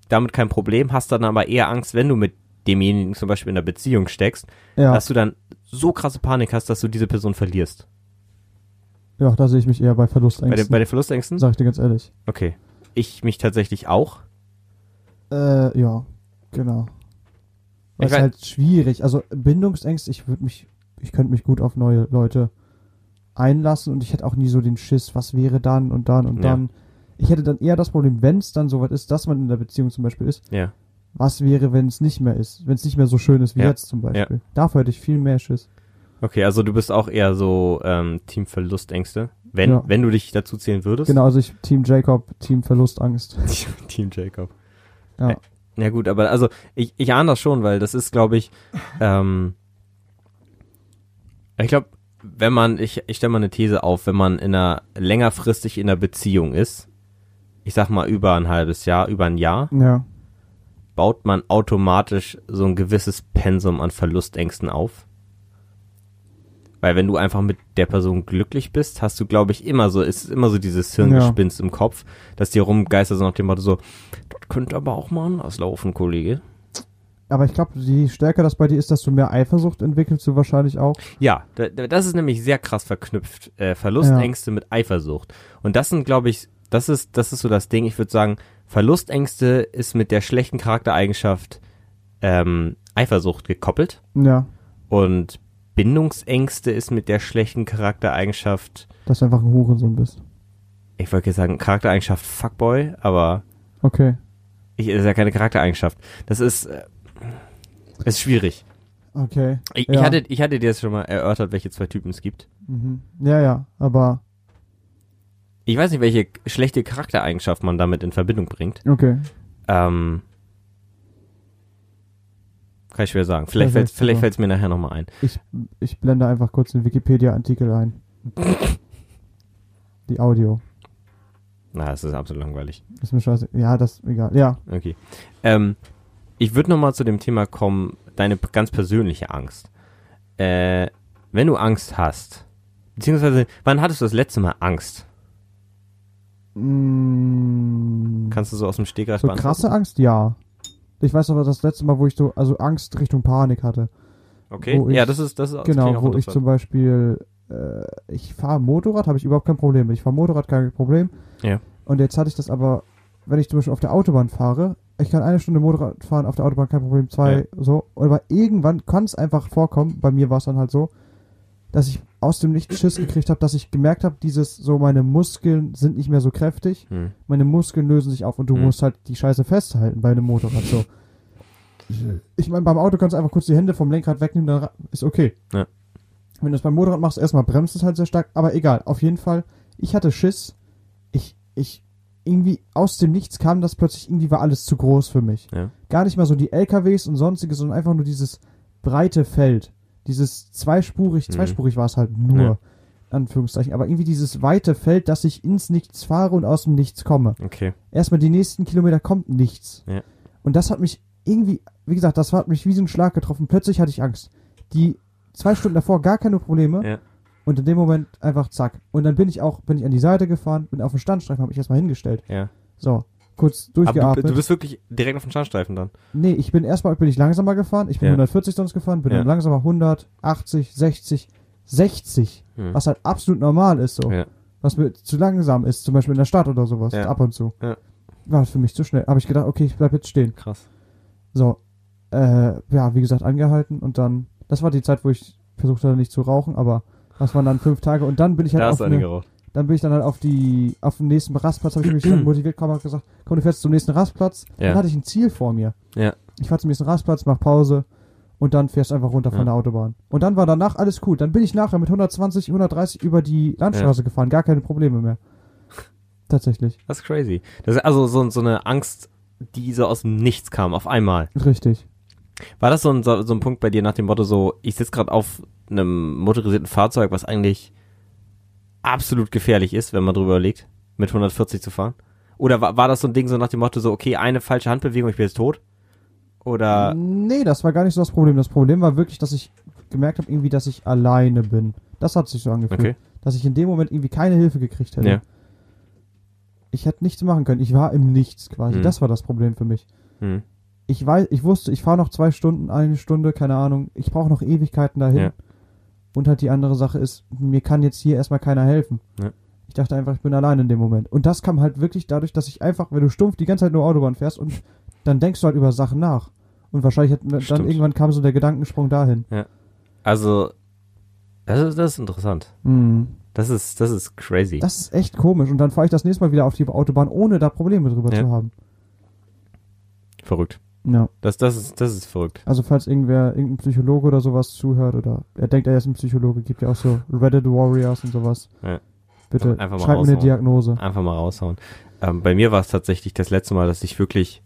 Speaker 1: damit kein Problem, hast dann aber eher Angst, wenn du mit demjenigen zum Beispiel in einer Beziehung steckst,
Speaker 2: Ja,
Speaker 1: dass du dann so krasse Panik hast, dass du diese Person verlierst?
Speaker 2: ja, da sehe ich mich eher bei
Speaker 1: Bei, den-
Speaker 2: Verlustängsten.
Speaker 1: bei den Verlustängsten?
Speaker 2: Sag ich dir ganz ehrlich.
Speaker 1: Okay. Ich mich tatsächlich auch.
Speaker 2: Äh, ja, genau. Weil
Speaker 1: Ich
Speaker 2: es
Speaker 1: wei-
Speaker 2: halt schwierig. Also Bindungsängste, ich würde mich, ich könnte mich gut auf neue Leute einlassen und ich hätte auch nie so den Schiss, was wäre dann und dann und
Speaker 1: Ja.
Speaker 2: dann. Ich hätte dann eher das Problem, wenn es dann soweit ist, dass man in der Beziehung zum Beispiel ist,
Speaker 1: Ja.
Speaker 2: was wäre, wenn es nicht mehr ist, wenn es nicht mehr so schön ist wie
Speaker 1: Ja.
Speaker 2: jetzt zum Beispiel. Dafür hätte ich viel mehr Schiss.
Speaker 1: Okay, also du bist auch eher so ähm, Team Verlustängste, wenn,
Speaker 2: Ja.
Speaker 1: wenn du dich dazu zählen würdest.
Speaker 2: Genau, also ich Team Jacob, Team Verlustangst.
Speaker 1: Team Jacob.
Speaker 2: Ja.
Speaker 1: Ä- Ja gut, aber also ich, ich ahne das schon, weil das ist, glaube ich, ähm, ich glaube, wenn man, ich, ich stelle mal eine These auf, wenn man in einer längerfristig in einer Beziehung ist, ich sag mal über ein halbes Jahr, über ein Jahr,
Speaker 2: Ja.
Speaker 1: baut man automatisch so ein gewisses Pensum an Verlustängsten auf. Weil wenn du einfach mit der Person glücklich bist, hast du, glaube ich, immer so, ist immer so dieses Hirngespinst im Kopf, dass dir rumgeistert so nach dem Motto so, das könnte aber auch mal anders laufen, Kollege.
Speaker 2: Aber ich glaube, je stärker das bei dir ist, desto mehr Eifersucht entwickelst du wahrscheinlich auch.
Speaker 1: Ja, da- da- das ist nämlich sehr krass verknüpft. Äh, Verlustängste mit Eifersucht. Und das sind, glaube ich, das ist, das ist so das Ding. Ich würde sagen, Verlustängste ist mit der schlechten Charaktereigenschaft ähm, Eifersucht gekoppelt.
Speaker 2: Ja.
Speaker 1: Und Bindungsängste ist mit der schlechten Charaktereigenschaft,
Speaker 2: Dass du einfach ein Hurensohn bist.
Speaker 1: ich wollte jetzt sagen, Charaktereigenschaft Fuckboy, aber
Speaker 2: Okay.
Speaker 1: ich, das ist ja keine Charaktereigenschaft. Das ist, äh, das ist schwierig.
Speaker 2: Okay.
Speaker 1: Ich, ich,
Speaker 2: Ja.
Speaker 1: hatte, ich hatte dir jetzt schon mal erörtert, welche zwei Typen es gibt.
Speaker 2: Mhm. Ja, ja. Aber
Speaker 1: Ich weiß nicht, welche schlechte Charaktereigenschaft man damit in Verbindung bringt.
Speaker 2: okay.
Speaker 1: Ähm, kann ich schwer sagen. Vielleicht fällt
Speaker 2: Perfekt,
Speaker 1: es vielleicht
Speaker 2: super.
Speaker 1: fällt's mir nachher nochmal ein.
Speaker 2: Ich, ich blende einfach kurz den Wikipedia-Artikel ein. Die Audio.
Speaker 1: Na, das ist absolut langweilig.
Speaker 2: Ist mir scheiße. Ja, das egal. Ja.
Speaker 1: Okay. Ähm, ich würde nochmal zu dem Thema kommen, deine p- ganz persönliche Angst. Äh, wenn du Angst hast, beziehungsweise, wann hattest du das letzte Mal Angst?
Speaker 2: Mm,
Speaker 1: Kannst du so aus dem Stegreif
Speaker 2: so
Speaker 1: beantworten?
Speaker 2: krasse Angst? Ja. Ich weiß aber das letzte Mal, wo ich so, also Angst Richtung Panik hatte.
Speaker 1: Okay,
Speaker 2: wo
Speaker 1: ja,
Speaker 2: ich-
Speaker 1: das ist, das ist das klingt
Speaker 2: genau,
Speaker 1: Also auch
Speaker 2: wo ich
Speaker 1: interessant.
Speaker 2: zum Beispiel, äh, ich fahre Motorrad, habe ich überhaupt kein Problem mit. Ich fahre Motorrad, kein Problem.
Speaker 1: Ja.
Speaker 2: Und jetzt hatte ich das aber, wenn ich zum Beispiel auf der Autobahn fahre, ich kann eine Stunde Motorrad fahren, auf der Autobahn kein Problem, zwei, so. Aber irgendwann kann es einfach vorkommen, bei mir war es dann halt so, dass ich aus dem Nichts Schiss gekriegt habe, dass ich gemerkt habe, dieses, so meine Muskeln sind nicht mehr so kräftig,
Speaker 1: Hm.
Speaker 2: meine Muskeln lösen sich auf und du
Speaker 1: Mhm.
Speaker 2: musst halt die Scheiße festhalten bei einem Motorrad, so. Ich meine, beim Auto kannst du einfach kurz die Hände vom Lenkrad wegnehmen, dann ra- ist okay.
Speaker 1: Ja.
Speaker 2: Wenn du es beim Motorrad machst, erstmal bremst es halt sehr stark, aber egal, auf jeden Fall, ich hatte Schiss. Ich, ich, irgendwie aus dem Nichts kam das plötzlich, irgendwie war alles zu groß für mich.
Speaker 1: Ja.
Speaker 2: Gar nicht mal so die LKWs und sonstiges, sondern einfach nur dieses breite Feld. Dieses zweispurig,
Speaker 1: Mhm.
Speaker 2: zweispurig war es halt nur,
Speaker 1: Ja.
Speaker 2: Anführungszeichen, aber irgendwie dieses weite Feld, dass ich ins Nichts fahre und aus dem Nichts komme
Speaker 1: Okay.
Speaker 2: erstmal die nächsten Kilometer kommt nichts.
Speaker 1: Ja.
Speaker 2: Und das hat mich irgendwie, wie gesagt, das hat mich wie so ein Schlag getroffen. Plötzlich hatte ich Angst. Die zwei Stunden davor gar keine Probleme.
Speaker 1: Ja.
Speaker 2: Und in dem Moment einfach zack. Und dann bin ich auch, bin ich an die Seite gefahren, bin auf den Standstreifen, habe ich erstmal hingestellt.
Speaker 1: Ja.
Speaker 2: So, kurz
Speaker 1: Aber du,
Speaker 2: durchgeatmet.
Speaker 1: du bist wirklich direkt auf den Standstreifen dann.
Speaker 2: nee, ich bin erstmal, bin ich langsamer gefahren. Ich bin
Speaker 1: Ja.
Speaker 2: 140 sonst gefahren, bin
Speaker 1: Ja.
Speaker 2: dann langsamer 100, 80, 60, 60.
Speaker 1: Hm.
Speaker 2: Was halt absolut normal ist so.
Speaker 1: Ja.
Speaker 2: Was mir zu langsam ist, zum Beispiel in der Stadt oder sowas,
Speaker 1: Ja.
Speaker 2: ab und zu.
Speaker 1: Ja.
Speaker 2: War für mich zu schnell. Habe ich gedacht, okay, ich bleib jetzt stehen.
Speaker 1: Krass.
Speaker 2: So, äh, ja, wie gesagt, angehalten und dann, das war die Zeit, wo ich versucht hatte, nicht zu rauchen, aber das waren dann fünf Tage und dann bin ich halt
Speaker 1: Da
Speaker 2: auf
Speaker 1: hast du eine
Speaker 2: eine,
Speaker 1: geraucht.
Speaker 2: dann bin ich dann halt auf die, auf den nächsten Rastplatz, habe ich mich dann motiviert, komm, hab gesagt, komm, du fährst zum nächsten Rastplatz,
Speaker 1: Ja.
Speaker 2: dann hatte ich ein Ziel vor mir.
Speaker 1: Ja.
Speaker 2: Ich fahr zum nächsten Rastplatz, mach Pause und dann fährst einfach runter
Speaker 1: Ja.
Speaker 2: von der Autobahn. Und dann war danach alles cool, dann bin ich nachher mit 120, 130 über die Landstraße gefahren, gar keine Probleme mehr. Tatsächlich,
Speaker 1: Das ist crazy. Das ist also so, so eine Angst, die so aus dem Nichts kam, auf einmal.
Speaker 2: richtig.
Speaker 1: War das so ein, so, so ein Punkt bei dir nach dem Motto so, ich sitze gerade auf einem motorisierten Fahrzeug, was eigentlich absolut gefährlich ist, wenn man drüber überlegt, mit 140 zu fahren? Oder war, war das so ein Ding so nach dem Motto so, okay, eine falsche Handbewegung, ich bin jetzt tot?
Speaker 2: Mhm.
Speaker 1: Oder,
Speaker 2: Nee, das war gar nicht so das Problem. Das Problem war wirklich, dass ich gemerkt habe, irgendwie, dass ich alleine bin. Das hat sich so angefühlt.
Speaker 1: okay,
Speaker 2: Dass ich in dem Moment irgendwie keine Hilfe gekriegt hätte.
Speaker 1: Ja.
Speaker 2: Ich hätte nichts machen können. Ich war im Nichts quasi.
Speaker 1: Mhm.
Speaker 2: Das war das Problem für mich.
Speaker 1: hm,
Speaker 2: Ich weiß, ich wusste, ich fahre noch zwei Stunden, eine Stunde, keine Ahnung. Ich brauche noch Ewigkeiten dahin.
Speaker 1: Ja.
Speaker 2: Und halt die andere Sache ist, mir kann jetzt hier erstmal keiner helfen.
Speaker 1: Ja.
Speaker 2: Ich dachte einfach, ich bin allein in dem Moment. Und das kam halt wirklich dadurch, dass ich einfach, wenn du stumpf die ganze Zeit nur Autobahn fährst und dann denkst du halt über Sachen nach. Und wahrscheinlich hat dann
Speaker 1: Stimmt.
Speaker 2: irgendwann kam so der Gedankensprung dahin.
Speaker 1: also, das ist, das ist interessant.
Speaker 2: Mhm.
Speaker 1: Das ist, das ist crazy.
Speaker 2: Das ist echt komisch. Und dann fahre ich das nächste Mal wieder auf die Autobahn, ohne da Probleme drüber
Speaker 1: Ja.
Speaker 2: zu haben.
Speaker 1: verrückt.
Speaker 2: Ja.
Speaker 1: Das, das ist, das ist verrückt.
Speaker 2: Also falls irgendwer, irgendein Psychologe oder sowas zuhört oder er denkt, er ist ein Psychologe, gibt ja auch so Reddit Warriors und sowas.
Speaker 1: Ja.
Speaker 2: Bitte
Speaker 1: Einfach mal
Speaker 2: schreibt mir eine
Speaker 1: raushauen.
Speaker 2: Diagnose.
Speaker 1: Einfach mal raushauen. Ähm, bei mir war es tatsächlich das letzte Mal, dass ich wirklich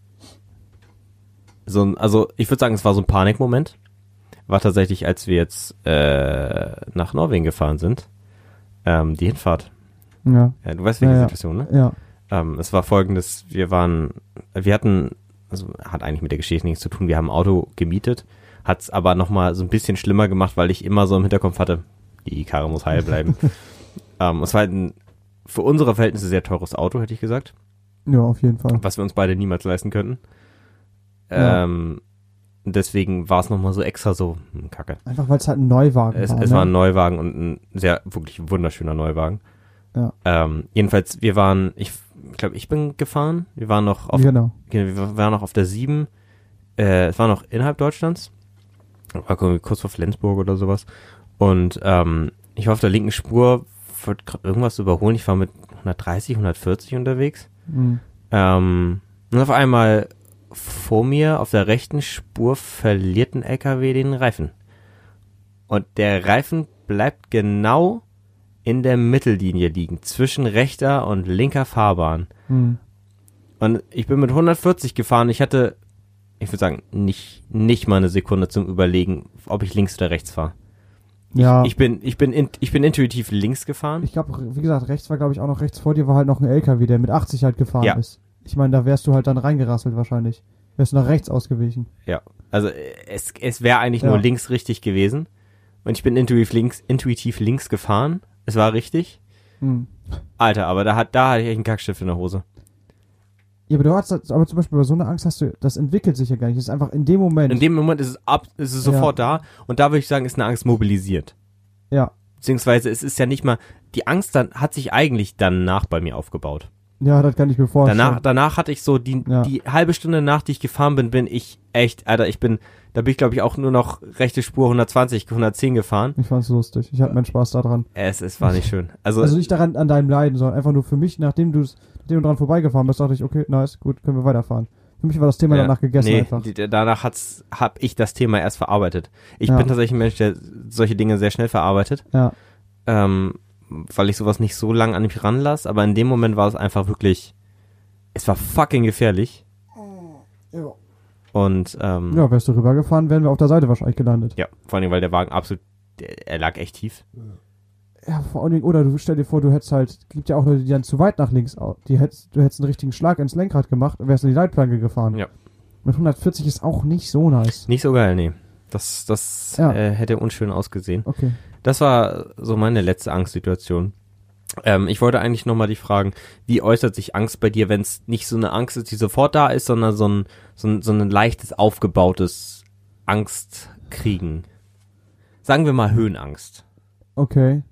Speaker 1: so ein, also ich würde sagen, es war so ein Panikmoment. War tatsächlich, als wir jetzt äh, nach Norwegen gefahren sind, ähm, die Hinfahrt.
Speaker 2: Ja.
Speaker 1: Ja, du weißt welche
Speaker 2: Ja, ja.
Speaker 1: Situation, ne?
Speaker 2: Ja.
Speaker 1: Ähm, es war folgendes, wir waren, wir hatten, also hat eigentlich mit der Geschichte nichts zu tun, wir haben ein Auto gemietet, hat es aber nochmal so ein bisschen schlimmer gemacht, weil ich immer so im Hinterkopf hatte, die Karre muss heil bleiben. ähm, es war halt ein für unsere Verhältnisse sehr teures Auto, hätte ich gesagt,
Speaker 2: Ja, auf jeden Fall.
Speaker 1: was wir uns beide niemals leisten könnten.
Speaker 2: Ja.
Speaker 1: Ähm, deswegen war es nochmal so extra so, hm, kacke.
Speaker 2: Einfach weil es halt ein Neuwagen
Speaker 1: Es,
Speaker 2: war.
Speaker 1: es
Speaker 2: ne?
Speaker 1: war ein Neuwagen und ein sehr, wirklich wunderschöner Neuwagen.
Speaker 2: Ja.
Speaker 1: Ähm, jedenfalls, wir waren, ich glaube, ich bin gefahren. Wir waren noch auf
Speaker 2: Genau.
Speaker 1: Genau, wir waren noch auf der 7. Äh, es war noch innerhalb Deutschlands. War irgendwie kurz vor Flensburg oder sowas. Und ähm, ich war auf der linken Spur, wollte gerade irgendwas überholen. Ich war mit 130, 140 unterwegs.
Speaker 2: Mhm.
Speaker 1: Ähm, und auf einmal vor mir auf der rechten Spur verliert ein LKW den Reifen. Und der Reifen bleibt genau in der Mittellinie liegen, zwischen rechter und linker Fahrbahn.
Speaker 2: Mhm.
Speaker 1: Und ich bin mit 140 gefahren. Ich hatte, ich würde sagen, nicht, nicht mal eine Sekunde zum Überlegen, ob ich links oder rechts fahre.
Speaker 2: Ja.
Speaker 1: Ich bin, ich bin, in, ich bin intuitiv links gefahren.
Speaker 2: Ah. Ich glaube, wie gesagt, rechts war, glaube ich, auch noch rechts vor dir war halt noch ein LKW, der mit 80 halt gefahren
Speaker 1: Ja.
Speaker 2: ist. Ich meine, da wärst du halt dann reingerasselt wahrscheinlich. Wärst du nach rechts ausgewichen.
Speaker 1: Also äh, es, es wäre eigentlich
Speaker 2: Ja.
Speaker 1: nur links richtig gewesen. Und ich bin intuitiv links, intuitiv links gefahren. Es war richtig.
Speaker 2: Mhm.
Speaker 1: Alter, aber da hat, da hatte ich echt einen Kackstift in der Hose.
Speaker 2: Ja, aber du hast, das- aber zum Beispiel bei so einer Angst hast du, das entwickelt sich ja gar nicht. Das ist einfach in dem Moment.
Speaker 1: In dem Moment ist es ab, ist es
Speaker 2: Ja.
Speaker 1: sofort da. Und da würde ich sagen, ist eine Angst mobilisiert.
Speaker 2: ja,
Speaker 1: Beziehungsweise es ist ja nicht mal, die Angst dann hat sich eigentlich danach bei mir aufgebaut.
Speaker 2: ja, das kann ich mir vorstellen.
Speaker 1: Danach, danach hatte ich so die,
Speaker 2: Ja.
Speaker 1: die halbe Stunde nach, die ich gefahren bin, bin ich echt, Alter, ich bin, da bin ich glaube ich auch nur noch rechte Spur 120, 110 gefahren.
Speaker 2: Ich fand's lustig. Ich hatte meinen Spaß daran.
Speaker 1: Es, es war nicht schön. Also,
Speaker 2: Also nicht daran an deinem Leiden, sondern einfach nur für mich, nachdem du nachdem du dran vorbeigefahren bist, dachte ich, okay, nice, gut, können wir weiterfahren. Für mich war das Thema
Speaker 1: Ja.
Speaker 2: danach gegessen
Speaker 1: nee,
Speaker 2: einfach.
Speaker 1: die- Danach hat's, hab ich das Thema erst verarbeitet. Ich
Speaker 2: Ja.
Speaker 1: bin tatsächlich ein Mensch, der solche Dinge sehr schnell verarbeitet,
Speaker 2: Ja,
Speaker 1: ähm, weil ich sowas nicht so lange an mich ranlasse. Aber in dem Moment war es einfach wirklich, es war fucking gefährlich. Hm.
Speaker 2: Ja.
Speaker 1: Und ähm,
Speaker 2: ja wärst du rübergefahren, wären wir auf der Seite wahrscheinlich gelandet.
Speaker 1: ja, vor allem, weil der Wagen absolut, der, er lag echt tief.
Speaker 2: Ja, vor allen Dingen, oder du stell dir vor, du hättest halt, gibt ja auch Leute, die dann zu weit nach links, au- die hättest, du hättest einen richtigen Schlag ins Lenkrad gemacht und wärst in die Leitplanke gefahren.
Speaker 1: Ja.
Speaker 2: Mit 140 ist auch nicht so nice.
Speaker 1: Nicht so geil, nee. Das, das
Speaker 2: Ja.
Speaker 1: äh, hätte unschön ausgesehen.
Speaker 2: Okay.
Speaker 1: Das war so meine letzte Angstsituation. Ähm, ich wollte eigentlich nochmal dich fragen, wie äußert sich Angst bei dir, wenn es nicht so eine Angst ist, die sofort da ist, sondern so ein, so ein, so ein leichtes, aufgebautes Angstkriegen? Sagen wir mal Höhenangst.
Speaker 2: Okay.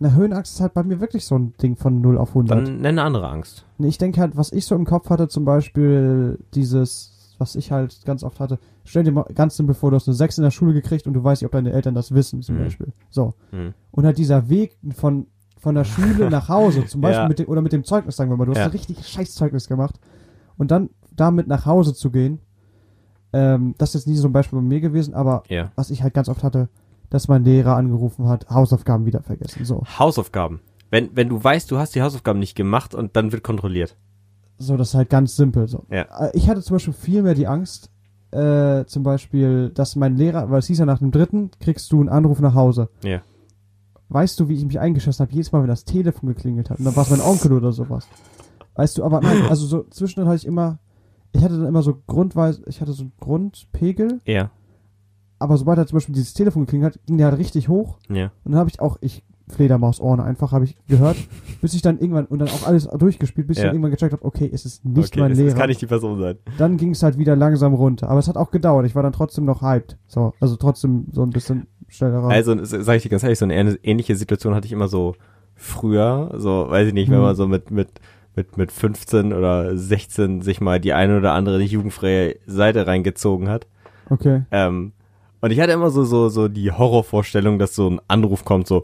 Speaker 2: Na, Höhenangst ist halt bei mir wirklich so ein Ding von 0 auf 100.
Speaker 1: Dann nenn eine andere Angst.
Speaker 2: Nee, ich denke halt, was ich so im Kopf hatte, zum Beispiel dieses, was ich halt ganz oft hatte, stell dir mal ganz simpel vor, du hast eine 6 in der Schule gekriegt und du weißt nicht, ob deine Eltern das wissen, zum
Speaker 1: Mhm.
Speaker 2: Beispiel. So.
Speaker 1: Mhm.
Speaker 2: Und halt dieser Weg von, von der Schule nach Hause, zum Beispiel
Speaker 1: Ja.
Speaker 2: mit dem, oder mit dem Zeugnis, sagen wir mal, du hast
Speaker 1: Ja.
Speaker 2: ein richtiges Scheißzeugnis gemacht. Und dann damit nach Hause zu gehen, ähm, das ist jetzt nie so ein Beispiel bei mir gewesen, aber
Speaker 1: Ja.
Speaker 2: was ich halt ganz oft hatte, dass mein Lehrer angerufen hat, Hausaufgaben wieder vergessen. So.
Speaker 1: Hausaufgaben. Wenn, wenn du weißt, du hast die Hausaufgaben nicht gemacht und dann wird kontrolliert.
Speaker 2: So, das ist halt ganz simpel. So.
Speaker 1: Ja.
Speaker 2: Äh, Ich hatte zum Beispiel viel mehr die Angst, äh, zum Beispiel, dass mein Lehrer, weil es hieß ja nach dem dritten, kriegst du einen Anruf nach Hause.
Speaker 1: Ja.
Speaker 2: Weißt du, wie ich mich eingeschossen habe, jedes Mal, wenn das Telefon geklingelt hat? Und dann war es mein Onkel oder sowas. Weißt du, aber nein, also so zwischendrin hatte ich immer, ich hatte dann immer so grundweise, ich hatte so einen Grundpegel,
Speaker 1: Ja.
Speaker 2: aber sobald er zum Beispiel dieses Telefon geklingelt hat, ging der halt richtig hoch
Speaker 1: Ja.
Speaker 2: und dann habe ich auch, ich Fledermausohren einfach, habe ich gehört, bis ich dann irgendwann, und dann auch alles durchgespielt, bis ich
Speaker 1: Ja.
Speaker 2: dann irgendwann gecheckt habe, okay, es ist nicht mein Lehrer.
Speaker 1: nicht die Person sein.
Speaker 2: Dann ging es halt wieder langsam runter. Aber es hat auch gedauert. Ich war dann trotzdem noch hyped. So, also trotzdem so ein bisschen schneller raus.
Speaker 1: Also, sage ich dir ganz ehrlich, so eine ähn- ähnliche Situation hatte ich immer so früher, so, weiß ich nicht, wenn
Speaker 2: Hm.
Speaker 1: man so mit, mit, mit, mit 15 oder 16 sich mal die eine oder andere nicht jugendfreie Seite reingezogen hat.
Speaker 2: okay.
Speaker 1: Ähm, und ich hatte immer so, so, so die Horrorvorstellung, dass so ein Anruf kommt, so,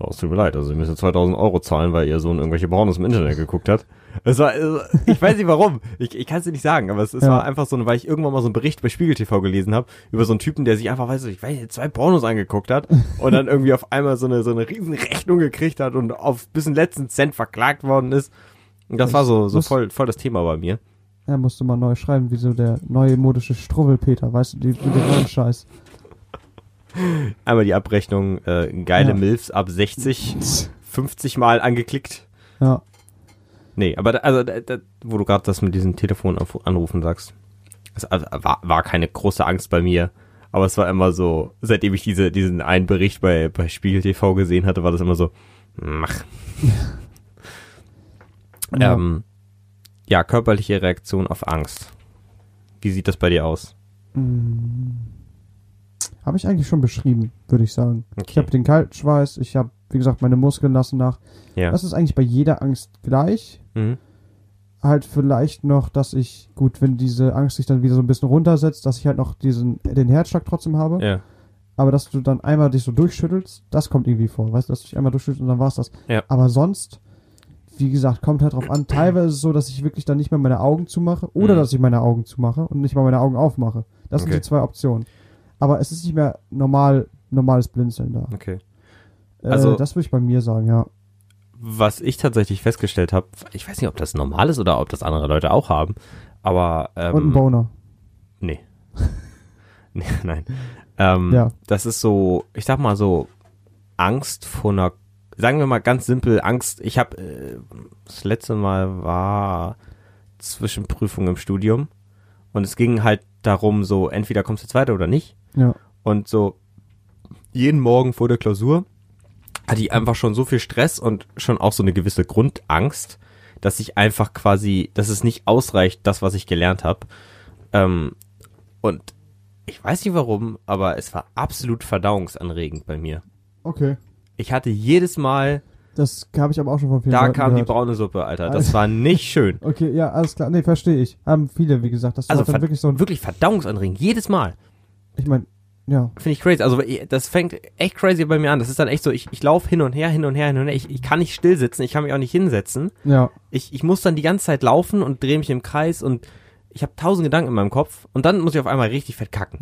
Speaker 1: oh, es tut mir leid, also Sie müssen 2000 Euro zahlen, weil Ihr Sohn irgendwelche Pornos im Internet geguckt hat. Es war, also, ich weiß nicht warum, ich, ich kann es dir nicht sagen, aber es, es
Speaker 2: Ja.
Speaker 1: war einfach so, eine- weil ich irgendwann mal so einen Bericht bei Spiegel TV gelesen habe, über so einen Typen, der sich einfach, weiß ich, weiß nicht, zwei Pornos angeguckt hat und dann irgendwie auf einmal so eine, so eine riesen Rechnung gekriegt hat und auf bis den letzten Cent verklagt worden ist. Und das
Speaker 2: Ich
Speaker 1: war so, so
Speaker 2: muss-
Speaker 1: voll, voll das Thema bei mir.
Speaker 2: Er musste mal neu schreiben, wie so der neue modische Struwwelpeter, weißt du, die, mit dem neuen Scheiß.
Speaker 1: Einmal die Abrechnung, äh, geile
Speaker 2: Ja.
Speaker 1: Milfs ab 60. 50 Mal angeklickt.
Speaker 2: Ja.
Speaker 1: Nee, aber da, also, da, da, wo du gerade das mit diesem Telefon anf- anrufen sagst, es also, war, war keine große Angst bei mir. Aber es war immer so, seitdem ich diese, diesen einen Bericht bei, bei Spiegel TV gesehen hatte, war das immer so, mach. Ja.
Speaker 2: Ja.
Speaker 1: Ähm, ja, körperliche Reaktion auf Angst. Wie sieht das bei dir aus?
Speaker 2: Habe Mhm. ich eigentlich schon beschrieben, würde ich sagen. Ich habe den Kaltschweiß, ich habe, wie gesagt, meine Muskeln lassen nach.
Speaker 1: ja.
Speaker 2: Das ist eigentlich bei jeder Angst gleich.
Speaker 1: Mhm.
Speaker 2: halt vielleicht noch, dass ich, gut, wenn diese Angst sich dann wieder so ein bisschen runtersetzt, dass ich halt noch diesen, den Herzschlag trotzdem habe,
Speaker 1: Ja.
Speaker 2: aber dass du dann einmal dich so durchschüttelst, das kommt irgendwie vor, weißt du, dass du dich einmal durchschüttelst und dann war's das.
Speaker 1: Ja.
Speaker 2: Aber sonst, wie gesagt, kommt halt drauf an, teilweise ist es so, dass ich wirklich dann nicht mehr meine Augen zumache oder
Speaker 1: Mhm.
Speaker 2: dass ich meine Augen zumache und nicht mal meine Augen aufmache. Das sind
Speaker 1: Okay.
Speaker 2: die zwei Optionen. Aber es ist nicht mehr normal, normales Blinzeln da.
Speaker 1: Okay.
Speaker 2: Äh,
Speaker 1: Also-
Speaker 2: das würde ich bei mir sagen, ja.
Speaker 1: was ich tatsächlich festgestellt habe, ich weiß nicht, ob das normal ist oder ob das andere Leute auch haben, aber ähm,
Speaker 2: Und ein Boner.
Speaker 1: nee. nee, nein. Ähm,
Speaker 2: Ja.
Speaker 1: Das ist so, ich sag mal so, Angst vor einer, sagen wir mal ganz simpel, Angst, ich habe, äh, das letzte Mal war Zwischenprüfung im Studium und es ging halt darum, so entweder kommst du zweiter oder nicht.
Speaker 2: Ja.
Speaker 1: Und so jeden Morgen vor der Klausur hatte ich einfach schon so viel Stress und schon auch so eine gewisse Grundangst, dass ich einfach quasi, dass es nicht ausreicht, das, was ich gelernt habe. Ähm, und ich weiß nicht warum, aber es war absolut verdauungsanregend bei mir.
Speaker 2: Okay.
Speaker 1: Ich hatte jedes Mal,
Speaker 2: Das habe ich aber auch schon von vielen
Speaker 1: da
Speaker 2: Leuten
Speaker 1: kam die
Speaker 2: gehört.
Speaker 1: braune Suppe, Alter.
Speaker 2: Also-
Speaker 1: Das war nicht schön.
Speaker 2: Okay, ja, alles klar. Nee, verstehe ich. Haben viele, wie gesagt, das
Speaker 1: Also
Speaker 2: war dann
Speaker 1: ver
Speaker 2: wirklich so ein.
Speaker 1: wirklich verdauungsanregend, jedes Mal.
Speaker 2: Ich meine, ja.
Speaker 1: Finde ich crazy. Also das fängt echt crazy bei mir an. Das ist dann echt so, ich, ich laufe hin und her, hin und her, hin und her. Ich, ich kann nicht stillsitzen, ich kann mich auch nicht hinsetzen.
Speaker 2: Ja.
Speaker 1: Ich, ich muss dann die ganze Zeit laufen und drehe mich im Kreis und ich habe tausend Gedanken in meinem Kopf und dann muss ich auf einmal richtig fett kacken.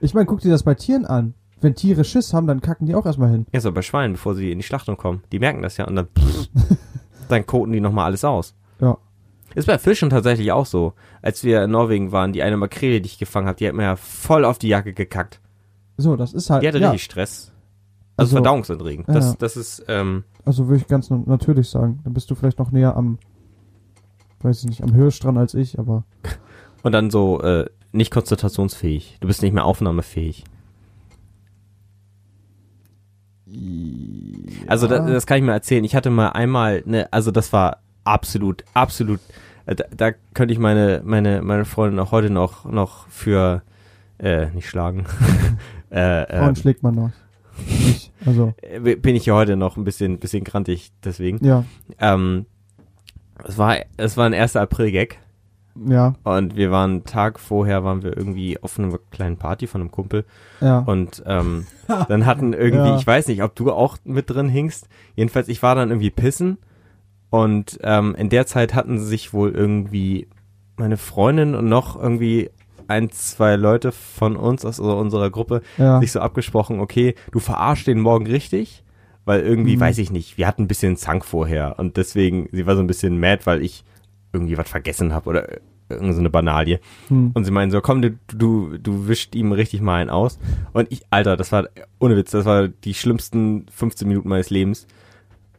Speaker 2: Ich meine, guck dir das bei Tieren an. Wenn Tiere Schiss haben, dann kacken die auch erstmal hin.
Speaker 1: Erst mal bei Schweinen, bevor sie in die Schlachtung kommen. Die merken das ja und dann, dann koten die nochmal alles aus.
Speaker 2: Ja.
Speaker 1: Ist bei Fischen tatsächlich auch so. Als wir in Norwegen waren, die eine Makrele, die ich gefangen habe, die hat mir ja voll auf die Jacke gekackt.
Speaker 2: So, das ist halt.
Speaker 1: Die hatte
Speaker 2: ja,
Speaker 1: richtig Stress. Also,
Speaker 2: Also-
Speaker 1: verdauungsenregend. Das,
Speaker 2: Ja.
Speaker 1: das ist, ähm,
Speaker 2: Also würde ich ganz na- natürlich sagen. Dann bist du vielleicht noch näher am, weiß ich nicht, am Hirsch dran als ich, aber
Speaker 1: und dann so äh, nicht konzentrationsfähig. Du bist nicht mehr aufnahmefähig. Also das, das kann ich mir erzählen. Ich hatte mal einmal, ne, also das war absolut, absolut, äh, da, da könnte ich meine, meine, meine Freundin auch heute noch, noch für, äh, nicht schlagen, äh, äh,
Speaker 2: Frauen schlägt man noch. Ich, also,
Speaker 1: äh, bin ich ja heute noch ein bisschen, bisschen grantig deswegen.
Speaker 2: ja,
Speaker 1: Ähm, es war, es war ein 1. April-Gag
Speaker 2: ja,
Speaker 1: und wir waren einen Tag vorher, waren wir irgendwie auf einer kleinen Party von einem Kumpel
Speaker 2: ja.
Speaker 1: und ähm, dann hatten irgendwie,
Speaker 2: Ja.
Speaker 1: ich weiß nicht, ob du auch mit drin hingst. Jedenfalls, ich war dann irgendwie pissen und ähm, in der Zeit hatten sich wohl irgendwie meine Freundin und noch irgendwie ein, zwei Leute von uns aus unserer Gruppe
Speaker 2: ja.
Speaker 1: sich so abgesprochen, okay, du verarschst den morgen richtig, weil irgendwie,
Speaker 2: Mhm.
Speaker 1: weiß ich nicht, wir hatten ein bisschen Zank vorher und deswegen, sie war so ein bisschen mad, weil ich irgendwie was vergessen habe oder irgendeine so eine Banalie.
Speaker 2: Hm.
Speaker 1: Und sie meinen so, komm, du, du, du wischt ihm richtig mal einen aus. Und ich, Alter, das war, ohne Witz, das war die schlimmsten 15 Minuten meines Lebens.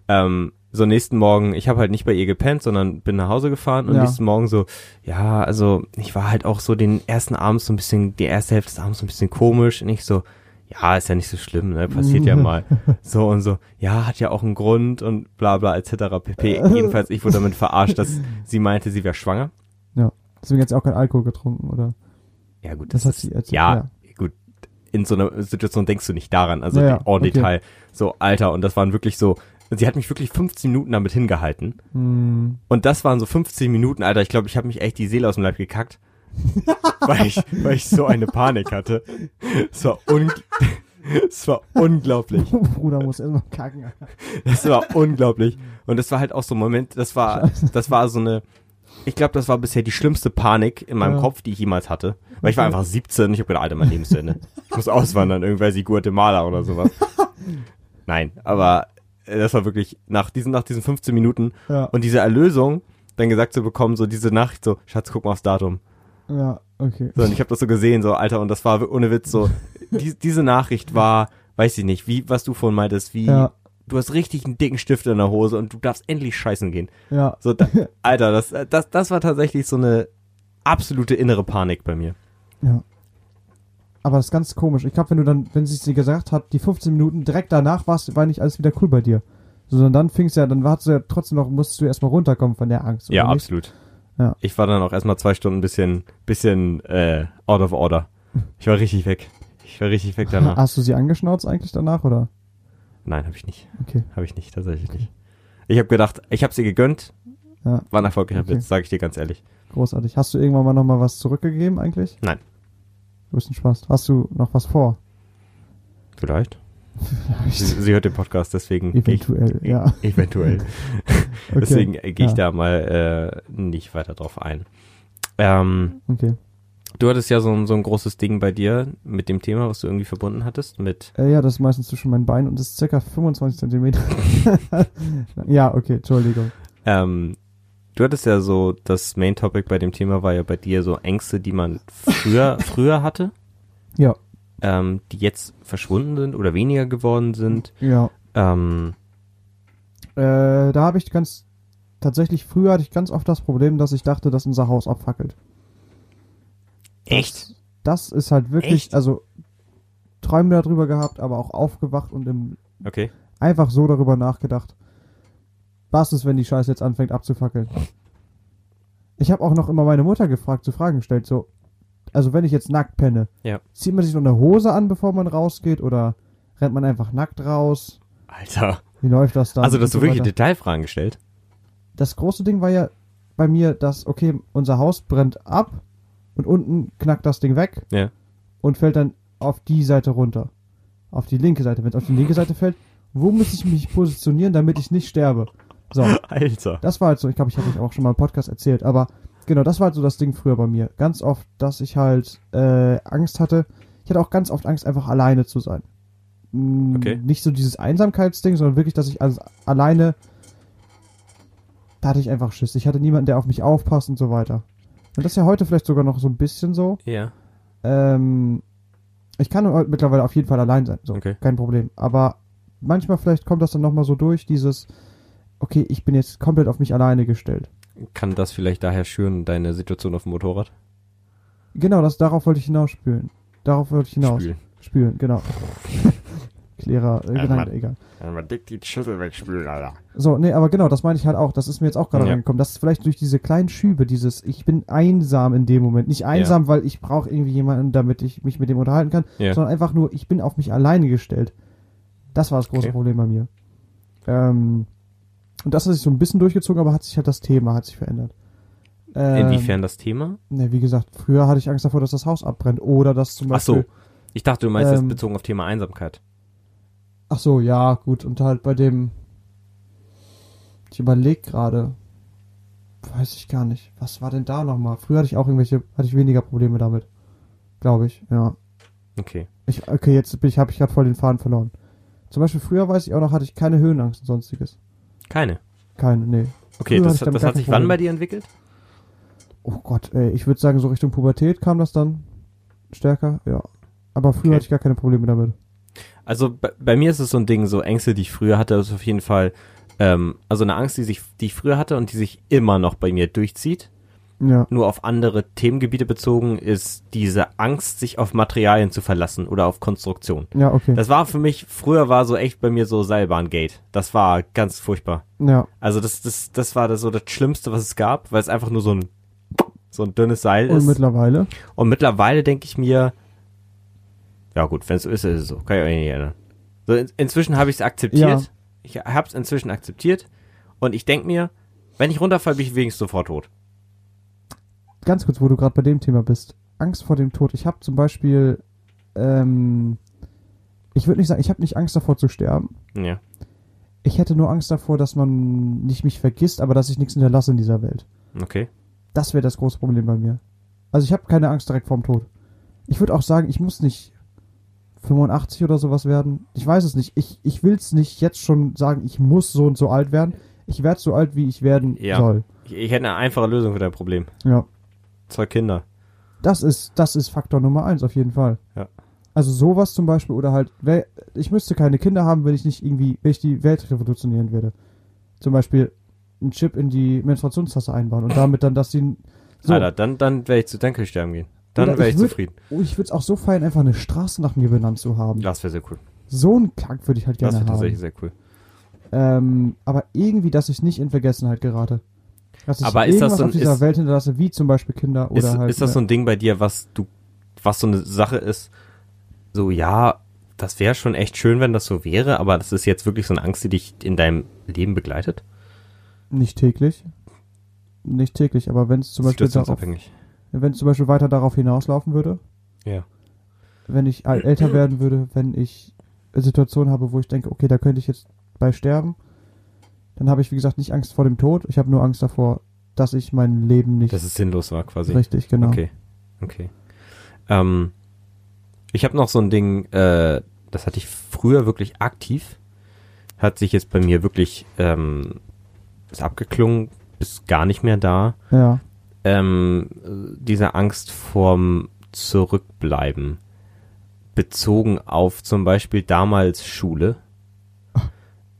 Speaker 1: Ähm, so nächsten Morgen, ich habe halt nicht bei ihr gepennt, sondern bin nach Hause gefahren und
Speaker 2: Ja.
Speaker 1: nächsten Morgen so, ja, also ich war halt auch so den ersten Abend so ein bisschen, die erste Hälfte des Abends so ein bisschen komisch und ich so, ja, ist ja nicht so schlimm, ne? Passiert ja mal. So und so, ja, hat ja auch einen Grund und bla bla etc. pp. Jedenfalls, ich wurde damit verarscht, dass sie meinte, sie wäre schwanger.
Speaker 2: Deswegen hat sie auch kein Alkohol getrunken, oder?
Speaker 1: Ja, gut,
Speaker 2: Das,
Speaker 1: das,
Speaker 2: hat
Speaker 1: ist,
Speaker 2: sie erzählt.
Speaker 1: ja, gut, in so einer Situation denkst du nicht daran, also
Speaker 2: Ja, ja,
Speaker 1: en
Speaker 2: okay.
Speaker 1: Detail. So, Alter, und das waren wirklich so, sie hat mich wirklich 15 Minuten damit hingehalten.
Speaker 2: Hm.
Speaker 1: Und das waren so 15 Minuten, Alter, ich glaube, ich habe mich echt die Seele aus dem Leib gekackt. weil, ich, weil ich so eine Panik hatte. Es war, un es war unglaublich.
Speaker 2: Bruder muss erstmal kacken.
Speaker 1: Das war unglaublich. Und das war halt auch so ein Moment, das war, das war so eine, ich glaube, das war bisher die schlimmste Panik in meinem
Speaker 2: Ja. Mhm.
Speaker 1: Kopf, die ich jemals hatte. Weil ich war einfach 17 und ich habe gedacht, Alter, mein Leben ist zu Ende. Ich muss auswandern, irgendwer sie Guatemala oder sowas. Nein, aber äh, das war wirklich nach diesen, nach diesen 15 Minuten
Speaker 2: Ja,
Speaker 1: und diese Erlösung, dann gesagt zu bekommen, so diese Nachricht, so, Schatz, guck mal aufs Datum.
Speaker 2: ja, okay.
Speaker 1: So, und ich habe das so gesehen, so, Alter, und das war wi- ohne Witz so, die, diese Nachricht war, weiß ich nicht, wie, was du vorhin meintest, wie,
Speaker 2: Ja,
Speaker 1: du hast richtig einen dicken Stift in der Hose und du darfst endlich scheißen gehen.
Speaker 2: ja.
Speaker 1: So, da, Alter, das, das, das war tatsächlich so eine absolute innere Panik bei mir.
Speaker 2: Aber das ist ganz komisch. Ich glaube, wenn du dann, wenn sie es dir gesagt hat, die 15 Minuten direkt danach war's, war nicht alles wieder cool bei dir. Sondern dann fing's ja, dann warst du ja trotzdem noch, musstest du erstmal runterkommen von der Angst. oder nicht?
Speaker 1: absolut.
Speaker 2: Ja.
Speaker 1: Ich war dann auch erstmal zwei Stunden ein bisschen, bisschen äh, out of order. Ich war richtig weg. Ich war richtig weg danach.
Speaker 2: Hast du sie angeschnauzt eigentlich danach, oder?
Speaker 1: Nein, habe ich nicht.
Speaker 2: Okay.
Speaker 1: Habe ich nicht, tatsächlich nicht. Ich habe gedacht, ich habe sie gegönnt.
Speaker 2: Ja.
Speaker 1: War ein erfolgreicher
Speaker 2: Okay.
Speaker 1: Witz, sage ich dir ganz ehrlich.
Speaker 2: Großartig. Hast du irgendwann mal nochmal was zurückgegeben eigentlich?
Speaker 1: Nein.
Speaker 2: Du bist ein Spaß. Hast du noch was vor?
Speaker 1: Vielleicht. Sie, sie hört den Podcast, deswegen geh ich,
Speaker 2: Eventuell, ja.
Speaker 1: eventuell.
Speaker 2: Okay.
Speaker 1: Deswegen äh, gehe ich
Speaker 2: ja.
Speaker 1: da mal äh, nicht weiter drauf ein. Ähm,
Speaker 2: Okay.
Speaker 1: du hattest ja so, ein- so ein großes Ding bei dir mit dem Thema, was du irgendwie verbunden hattest, mit
Speaker 2: Äh, ja, das ist meistens zwischen meinen Beinen und das ist circa 25 Zentimeter. ja, okay, Entschuldigung.
Speaker 1: ähm, du hattest ja so, das Main Topic bei dem Thema war ja bei dir so Ängste, die man früher, früher hatte,
Speaker 2: Ja,
Speaker 1: ähm, die jetzt verschwunden sind oder weniger geworden sind.
Speaker 2: ja.
Speaker 1: Ähm,
Speaker 2: Äh, da habe ich ganz tatsächlich früher hatte ich ganz oft das Problem, dass ich dachte, dass unser Haus abfackelt.
Speaker 1: echt?
Speaker 2: Das ist halt wirklich,
Speaker 1: Echt?
Speaker 2: also Träume darüber gehabt, aber auch aufgewacht und im,
Speaker 1: Okay.
Speaker 2: einfach so darüber nachgedacht. Was ist, wenn die Scheiße jetzt anfängt abzufackeln? Ich habe auch noch immer meine Mutter gefragt, zu Fragen gestellt, so also wenn ich jetzt nackt penne,
Speaker 1: Ja.
Speaker 2: zieht man sich noch eine Hose an, bevor man rausgeht oder rennt man einfach nackt raus?
Speaker 1: Alter.
Speaker 2: Wie läuft das dann?
Speaker 1: Also,
Speaker 2: Und
Speaker 1: dass du
Speaker 2: so
Speaker 1: wirklich
Speaker 2: weiter.
Speaker 1: Detailfragen gestellt.
Speaker 2: das große Ding war ja bei mir, dass, okay, unser Haus brennt ab und unten knackt das Ding weg
Speaker 1: Ja.
Speaker 2: und fällt dann auf die Seite runter. Auf die linke Seite. Wenn es auf die linke Seite fällt, wo muss ich mich positionieren, damit ich nicht sterbe? So,
Speaker 1: Alter.
Speaker 2: das war halt so. Ich glaube, ich habe euch auch schon mal im Podcast erzählt, aber genau, das war halt so das Ding früher bei mir. Ganz oft, dass ich halt äh, Angst hatte. Ich hatte auch ganz oft Angst, einfach alleine zu sein. Mm,
Speaker 1: Okay.
Speaker 2: Nicht so dieses Einsamkeitsding, sondern wirklich, dass ich als alleine. Da hatte ich einfach Schiss. Ich hatte niemanden, der auf mich aufpasst und so weiter. Und das ist ja heute vielleicht sogar noch so ein bisschen so.
Speaker 1: Ja.
Speaker 2: Ähm, ich kann heute mittlerweile auf jeden Fall allein sein. So,
Speaker 1: Okay.
Speaker 2: Kein Problem. Aber manchmal vielleicht kommt das dann nochmal so durch, dieses, okay, ich bin jetzt komplett auf mich alleine gestellt.
Speaker 1: Kann das vielleicht daher schüren, deine Situation auf dem Motorrad?
Speaker 2: Genau, das, darauf wollte ich hinausspülen. Darauf wollte ich hinaus. Spülen,
Speaker 1: Spülen.
Speaker 2: genau. Klärer äh,
Speaker 3: Ja,
Speaker 2: Gedanke,
Speaker 3: Mann.
Speaker 2: egal.
Speaker 3: Einmal dick die Schüssel wegspülen, Alter.
Speaker 2: So, nee, aber genau, das meine ich halt auch. Das ist mir jetzt auch gerade
Speaker 1: Ja.
Speaker 2: angekommen. Das ist vielleicht durch diese kleinen Schübe, dieses, ich bin einsam in dem Moment. Nicht einsam, weil ich brauche irgendwie jemanden, damit ich mich mit dem unterhalten kann,
Speaker 1: Ja.
Speaker 2: sondern einfach nur, ich bin auf mich alleine gestellt. Das war das große
Speaker 1: Okay.
Speaker 2: Problem bei mir. Ähm, und das hat sich so ein bisschen durchgezogen, aber hat sich halt das Thema hat sich verändert. Ähm,
Speaker 1: Inwiefern das Thema?
Speaker 2: Ne, wie gesagt, früher hatte ich Angst davor, dass das Haus abbrennt oder dass zum
Speaker 1: Ach
Speaker 2: Beispiel.
Speaker 1: so. Ich dachte, du meinst
Speaker 2: ähm,
Speaker 1: jetzt bezogen auf Thema Einsamkeit.
Speaker 2: Ach so, ja, gut. Und halt bei dem. Ich überlege gerade. Weiß ich gar nicht. Was war denn da nochmal? Früher hatte ich auch irgendwelche, hatte ich weniger Probleme damit. Glaube ich, ja.
Speaker 1: Okay.
Speaker 2: Ich, okay, jetzt bin ich, habe ich gerade voll den Faden verloren. Zum Beispiel früher weiß ich auch noch, hatte ich keine Höhenangst und sonstiges.
Speaker 1: Keine.
Speaker 2: Keine, nee.
Speaker 1: Okay,
Speaker 2: Ja,
Speaker 1: das,
Speaker 2: ich damit
Speaker 1: das
Speaker 2: gar
Speaker 1: hat
Speaker 2: kein
Speaker 1: sich wann
Speaker 2: Problem.
Speaker 1: bei dir entwickelt?
Speaker 2: Oh Gott, ey, ich würde sagen, so Richtung Pubertät kam das dann stärker, ja. Aber früher
Speaker 1: Okay.
Speaker 2: hatte ich gar keine Probleme damit.
Speaker 1: Also bei, bei mir ist es so ein Ding, so Ängste, die ich früher hatte, ist auf jeden Fall, ähm, also eine Angst, die, sich, die ich früher hatte und die sich immer noch bei mir durchzieht,
Speaker 2: Ja,
Speaker 1: nur auf andere Themengebiete bezogen, ist diese Angst, sich auf Materialien zu verlassen oder auf Konstruktion.
Speaker 2: ja, okay.
Speaker 1: Das war für mich, früher war so echt bei mir so Seilbahngate. Das war ganz furchtbar.
Speaker 2: ja,
Speaker 1: Also das, das, das war das, so das Schlimmste, was es gab, weil es einfach nur so ein, so ein dünnes Seil
Speaker 2: und
Speaker 1: ist.
Speaker 2: mittlerweile?
Speaker 1: Und mittlerweile denke ich mir, ja gut, wenn es so ist, ist es so. Kann ich auch nicht ändern. So, in, inzwischen habe ich es akzeptiert.
Speaker 2: Ja.
Speaker 1: Ich habe es inzwischen akzeptiert. Und ich denke mir, wenn ich runterfalle, bin ich wenigstens sofort tot.
Speaker 2: ganz kurz, wo du gerade bei dem Thema bist. Angst vor dem Tod. Ich habe zum Beispiel, ähm, ich würde nicht sagen, ich habe nicht Angst davor zu sterben.
Speaker 1: Ja.
Speaker 2: Ich hätte nur Angst davor, dass man nicht mich vergisst, aber dass ich nichts hinterlasse in dieser Welt.
Speaker 1: Okay.
Speaker 2: Das wäre das große Problem bei mir. Also ich habe keine Angst direkt vorm Tod. Ich würde auch sagen, ich muss nicht 85 oder sowas werden. Ich weiß es nicht. Ich, ich will es nicht jetzt schon sagen, ich muss so und so alt werden. Ich werde so alt, wie ich werden
Speaker 1: Ja.
Speaker 2: soll.
Speaker 1: Ich, ich hätte eine einfache Lösung für dein Problem.
Speaker 2: Ja.
Speaker 1: Zwei Kinder.
Speaker 2: Das ist, das ist Faktor Nummer eins auf jeden Fall.
Speaker 1: Ja.
Speaker 2: Also sowas zum Beispiel oder halt, wer- ich müsste keine Kinder haben, wenn ich nicht irgendwie, wenn ich die Welt revolutionieren würde. Zum Beispiel einen Chip in die Menstruationstasse einbauen und damit dann, dass sie so,
Speaker 1: Alter, dann, dann werde ich zu Danke sterben gehen. Dann
Speaker 2: Oder
Speaker 1: wäre
Speaker 2: ich
Speaker 1: ich,
Speaker 2: würd-
Speaker 1: zufrieden.
Speaker 2: oh, ich würde es auch so feiern, einfach eine Straße nach mir benannt zu haben.
Speaker 1: Das wäre sehr cool.
Speaker 2: So einen Kack würde ich halt
Speaker 1: Das
Speaker 2: gerne
Speaker 1: wäre tatsächlich
Speaker 2: haben.
Speaker 1: sehr cool.
Speaker 2: Ähm, aber irgendwie, dass ich nicht in Vergessenheit gerate. Dass ich
Speaker 1: Aber ist
Speaker 2: irgendwas
Speaker 1: das so ein-
Speaker 2: auf dieser
Speaker 1: ist-
Speaker 2: Welt hinterlasse, wie zum Beispiel Kinder oder
Speaker 1: ist,
Speaker 2: halt.
Speaker 1: ist das so ein Ding bei dir, was du, was so eine Sache ist, so ja, das wäre schon echt schön, wenn das so wäre, aber das ist jetzt wirklich so eine Angst, die dich in deinem Leben begleitet?
Speaker 2: Nicht täglich. Nicht täglich, aber wenn es zum Beispiel darauf
Speaker 1: Situationsabhängig.
Speaker 2: Wenn es zum Beispiel weiter darauf hinauslaufen würde,
Speaker 1: Ja.
Speaker 2: wenn ich al- älter werden würde, wenn ich Situationen habe, wo ich denke, okay, da könnte ich jetzt bei sterben, dann habe ich, wie gesagt, nicht Angst vor dem Tod, ich habe nur Angst davor, dass ich mein Leben nicht
Speaker 1: Dass es sinnlos war quasi.
Speaker 2: richtig, genau.
Speaker 1: Okay. Okay. Ähm, ich habe noch so ein Ding, äh, das hatte ich früher wirklich aktiv, hat sich jetzt bei mir wirklich ähm, ist abgeklungen, ist gar nicht mehr da.
Speaker 2: Ja,
Speaker 1: ähm, äh, diese Angst vorm Zurückbleiben bezogen auf zum Beispiel damals Schule.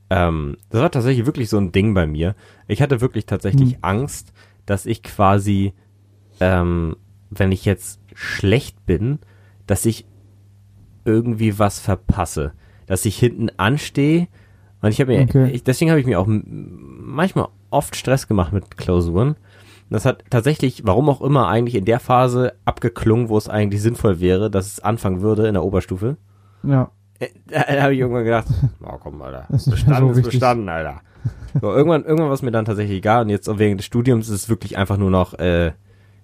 Speaker 1: Ähm, das war tatsächlich wirklich so ein Ding bei mir. Ich hatte wirklich tatsächlich
Speaker 2: Hm.
Speaker 1: Angst, dass ich quasi, ähm, wenn ich jetzt schlecht bin, dass ich irgendwie was verpasse, dass ich hinten anstehe. Und ich habe mir,
Speaker 2: Okay.
Speaker 1: ich, deswegen habe ich mir auch m- manchmal oft Stress gemacht mit Klausuren. Das hat tatsächlich, warum auch immer, eigentlich in der Phase abgeklungen, wo es eigentlich sinnvoll wäre, dass es anfangen würde in der Oberstufe.
Speaker 2: ja,
Speaker 1: Äh, Da, da habe ich irgendwann gedacht, oh komm, Alter,
Speaker 2: Das ist nicht
Speaker 1: bestanden
Speaker 2: so
Speaker 1: ist
Speaker 2: wichtig.
Speaker 1: bestanden, Alter. So, irgendwann, irgendwann war es mir dann tatsächlich egal und jetzt auch wegen des Studiums ist es wirklich einfach nur noch, äh,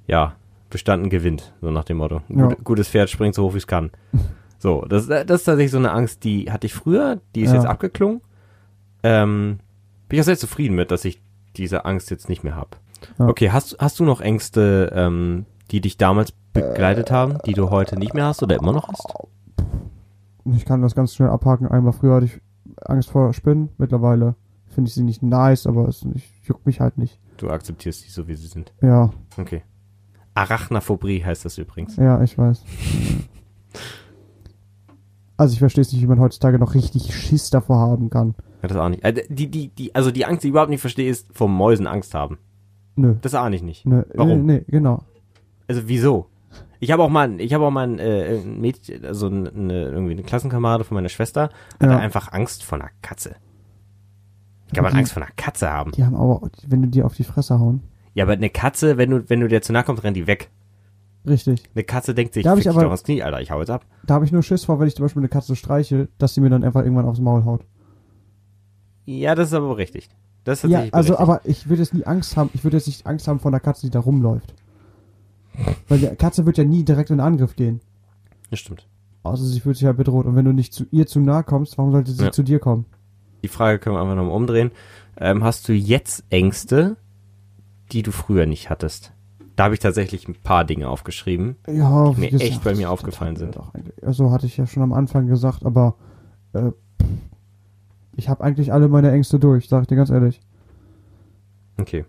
Speaker 1: ja, bestanden gewinnt, so nach dem Motto. Ein
Speaker 2: Ja.
Speaker 1: Gut, gutes Pferd springt so hoch, wie es kann. So, das, das ist tatsächlich so eine Angst, die hatte ich früher, die ist
Speaker 2: Ja.
Speaker 1: jetzt abgeklungen. Ähm, bin ich auch sehr zufrieden mit, dass ich diese Angst jetzt nicht mehr habe.
Speaker 2: Ja.
Speaker 1: Okay, hast, hast du noch Ängste, ähm, die dich damals begleitet haben, die du heute nicht mehr hast oder immer noch hast?
Speaker 2: Ich kann das ganz schnell abhaken. Einmal früher hatte ich Angst vor Spinnen. Mittlerweile finde ich sie nicht nice, aber es ich, juckt mich halt nicht.
Speaker 1: Du akzeptierst die so, wie sie sind.
Speaker 2: Ja,
Speaker 1: Okay. Arachnophobie heißt das übrigens.
Speaker 2: ja, ich weiß. Also ich verstehe es nicht, wie man heutzutage noch richtig Schiss davor haben kann.
Speaker 1: Ja, das auch nicht. Äh, Die, die, die, also die Angst, die ich überhaupt nicht verstehe, ist vor Mäusen Angst haben.
Speaker 2: Nö.
Speaker 1: Das ahne ich nicht.
Speaker 2: Nö,
Speaker 1: Warum?
Speaker 2: Nee, genau.
Speaker 1: Also wieso? Ich habe auch mal, ein- ich habe auch mal ein, äh, ein Mädchen, also eine, eine, irgendwie eine Klassenkamerade von meiner Schwester, hatte
Speaker 2: Ja.
Speaker 1: einfach Angst vor einer Katze. Wie kann man
Speaker 2: Die-
Speaker 1: Angst vor einer Katze haben?
Speaker 2: Die haben aber, wenn du dir auf die Fresse hauen.
Speaker 1: Ja, aber eine Katze, wenn du, wenn du dir zu nahe kommst, rennt die weg.
Speaker 2: Richtig.
Speaker 1: Eine Katze denkt sich,
Speaker 2: Da hab
Speaker 1: fick
Speaker 2: ich
Speaker 1: dich
Speaker 2: aber-
Speaker 1: doch ins Knie, Alter, ich hau jetzt ab.
Speaker 2: Da habe ich nur Schiss vor, wenn ich zum Beispiel eine Katze streichel, dass sie mir dann einfach irgendwann aufs Maul haut.
Speaker 1: Ja, das ist aber berechtigt. Das ist
Speaker 2: Ja,
Speaker 1: tatsächlich
Speaker 2: also
Speaker 1: berechtigt.
Speaker 2: aber ich würde jetzt nie Angst haben, ich würde jetzt nicht Angst haben vor einer Katze, die da rumläuft. Weil die Katze wird ja nie direkt in Angriff gehen.
Speaker 1: Das stimmt.
Speaker 2: Außer sie fühlt sich halt bedroht. Und wenn du nicht zu ihr zu nahe kommst, warum sollte sie
Speaker 1: Ja.
Speaker 2: zu dir kommen?
Speaker 1: Die Frage können wir einfach nochmal umdrehen. Ähm, hast du jetzt Ängste, die du früher nicht hattest? Da habe ich tatsächlich ein paar Dinge aufgeschrieben.
Speaker 2: Ja,
Speaker 1: mir
Speaker 2: wie gesagt,
Speaker 1: echt bei mir
Speaker 2: das-
Speaker 1: aufgefallen
Speaker 2: das-
Speaker 1: sind.
Speaker 2: doch eigentlich- Also hatte ich ja schon am Anfang gesagt, aber äh, ich habe eigentlich alle meine Ängste durch, sag ich dir ganz ehrlich.
Speaker 1: Okay.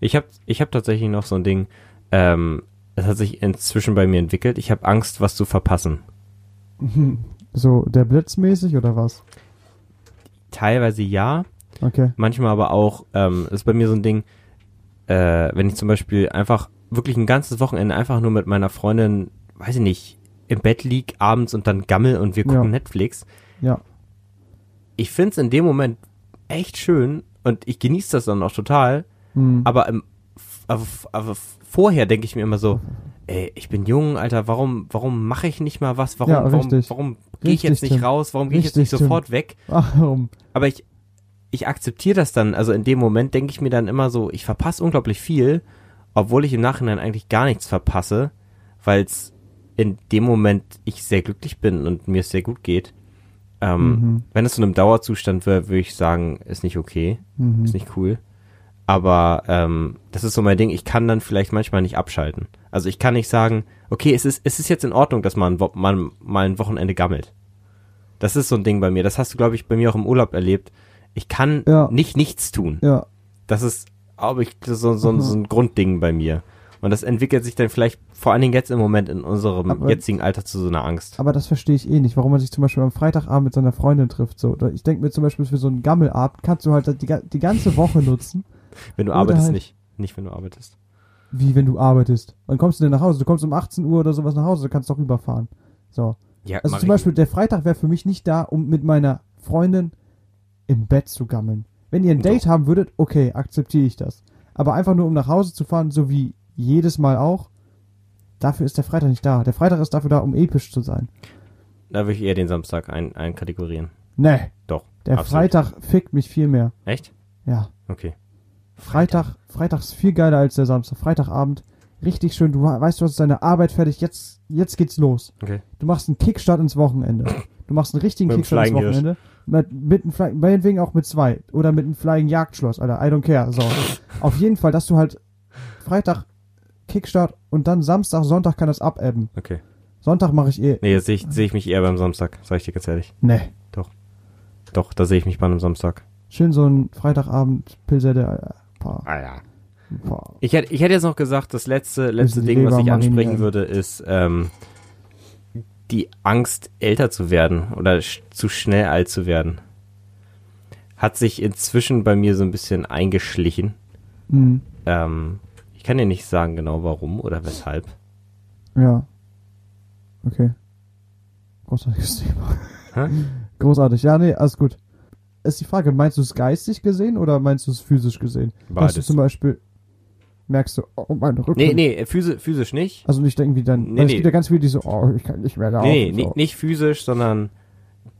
Speaker 1: Ich habe ich hab tatsächlich noch so ein Ding, ähm, das hat sich inzwischen bei mir entwickelt. Ich habe Angst, was zu verpassen.
Speaker 2: Mhm. So der Blitz mäßig oder was?
Speaker 1: Teilweise ja,
Speaker 2: Okay.
Speaker 1: manchmal aber auch, ähm, ist bei mir so ein Ding, äh, wenn ich zum Beispiel einfach wirklich ein ganzes Wochenende einfach nur mit meiner Freundin, weiß ich nicht, im Bett lieg abends und dann gammel und wir gucken
Speaker 2: Ja.
Speaker 1: Netflix.
Speaker 2: Ja.
Speaker 1: Ich find's in dem Moment echt schön und ich genieße das dann auch total,
Speaker 2: Hm.
Speaker 1: aber im aber, aber vorher denke ich mir immer so, ey, ich bin jung, Alter, warum warum mache ich nicht mal was? Warum
Speaker 2: Ja,
Speaker 1: warum,
Speaker 2: richtig.
Speaker 1: warum gehe ich jetzt
Speaker 2: Richtig,
Speaker 1: nicht
Speaker 2: Tim.
Speaker 1: raus? Warum gehe ich jetzt nicht
Speaker 2: Richtig, Tim.
Speaker 1: sofort weg?
Speaker 2: Warum?
Speaker 1: aber ich, ich akzeptiere das dann. Also in dem Moment denke ich mir dann immer so, ich verpasse unglaublich viel, obwohl ich im Nachhinein eigentlich gar nichts verpasse, weil es in dem Moment ich sehr glücklich bin und mir es sehr gut geht. Ähm,
Speaker 2: Mhm.
Speaker 1: Wenn es zu einem Dauerzustand wäre, würde ich sagen, ist nicht okay,
Speaker 2: Mhm.
Speaker 1: ist nicht cool. Aber ähm, das ist so mein Ding, ich kann dann vielleicht manchmal nicht abschalten. Also ich kann nicht sagen, okay, es ist, es ist jetzt in Ordnung, dass man, wo- man mal ein Wochenende gammelt. Das ist so ein Ding bei mir. Das hast du, glaube ich, bei mir auch im Urlaub erlebt. Ich kann
Speaker 2: Ja.
Speaker 1: nicht nichts tun.
Speaker 2: Ja,
Speaker 1: Das ist, glaube ich, so,
Speaker 2: Mhm.
Speaker 1: so, so ein Grundding bei mir. Und das entwickelt sich dann vielleicht vor allen Dingen jetzt im Moment in unserem
Speaker 2: Aber-
Speaker 1: jetzigen Alter zu so einer Angst.
Speaker 2: aber das verstehe ich eh nicht, warum man sich zum Beispiel am Freitagabend mit seiner Freundin trifft. So, Oder ich denke mir zum Beispiel für so einen Gammelabend kannst du halt die, ga- die ganze Woche nutzen,
Speaker 1: Wenn du
Speaker 2: oder
Speaker 1: arbeitest,
Speaker 2: halt-
Speaker 1: nicht. Nicht, wenn du arbeitest.
Speaker 2: wie wenn du arbeitest. Wann kommst du denn nach Hause? Du kommst um 18 Uhr oder sowas nach Hause, du kannst doch rüberfahren. So,
Speaker 1: Ja,
Speaker 2: also
Speaker 1: mach
Speaker 2: zum
Speaker 1: ich
Speaker 2: Beispiel der Freitag wäre für mich nicht da, um mit meiner Freundin im Bett zu gammeln. Wenn ihr ein
Speaker 1: Doch.
Speaker 2: Date haben würdet, okay, akzeptiere ich das. Aber einfach nur um nach Hause zu fahren, so wie jedes Mal auch, dafür ist der Freitag nicht da. Der Freitag ist dafür da, um episch zu sein.
Speaker 1: nicht. Da würde ich eher den Samstag ein, einkategorieren.
Speaker 2: Nee,
Speaker 1: Doch.
Speaker 2: der
Speaker 1: absolut.
Speaker 2: Freitag fickt mich viel mehr.
Speaker 1: Echt?
Speaker 2: Ja.
Speaker 1: Okay.
Speaker 2: Freitag, Freitag ist viel geiler als der Samstag. Freitagabend, richtig schön. Du weißt, du hast deine Arbeit fertig. Jetzt, jetzt geht's los.
Speaker 1: Okay.
Speaker 2: Du machst einen Kickstart ins Wochenende. Du machst einen richtigen
Speaker 1: Mit dem
Speaker 2: Kickstart ins
Speaker 1: Flying Hirsch.
Speaker 2: Wochenende. Mit, mit einem Flying, meinetwegen auch mit zwei. Oder mit einem Flying Jagdschloss, Alter. I don't care. So. Auf jeden Fall, dass du halt Freitag Kickstart und dann Samstag, Sonntag kann das abebben.
Speaker 1: Okay.
Speaker 2: Sonntag mache ich eh. ne.
Speaker 1: Nee, jetzt sehe ich, sehe ich mich eher beim Samstag, sag ich dir ganz ehrlich.
Speaker 2: Nee.
Speaker 1: Doch, da sehe ich mich bei einem Samstag.
Speaker 2: Schön so ein Freitagabend Pilsette, Alter. Boah,
Speaker 1: Ah ja.
Speaker 2: boah.
Speaker 1: Ich hätte, ich hätte jetzt noch gesagt, das letzte, letzte
Speaker 2: die
Speaker 1: Ding, was
Speaker 2: Leber
Speaker 1: ich ansprechen
Speaker 2: marinieren.
Speaker 1: würde, ist ähm, die Angst, älter zu werden oder sch zu schnell alt zu werden. Hat sich inzwischen bei mir so ein bisschen eingeschlichen.
Speaker 2: Mhm.
Speaker 1: Ähm, ich kann dir nicht sagen genau warum oder weshalb.
Speaker 2: Ja. Okay. Großartiges Thema.
Speaker 1: Hä?
Speaker 2: Großartig. Ja, nee, alles gut. Ist die Frage, meinst du es geistig gesehen oder meinst du es physisch gesehen? Hast du
Speaker 1: Beides.
Speaker 2: zum Beispiel, merkst du, oh, mein Rücken.
Speaker 1: Nee, nee, physisch, physisch nicht.
Speaker 2: Also nicht irgendwie dann,
Speaker 1: Nee,
Speaker 2: weil es
Speaker 1: nee.
Speaker 2: gibt ja ganz viele, die so, oh, ich kann nicht mehr laufen.
Speaker 1: Nee,
Speaker 2: so.
Speaker 1: nicht, nicht physisch, sondern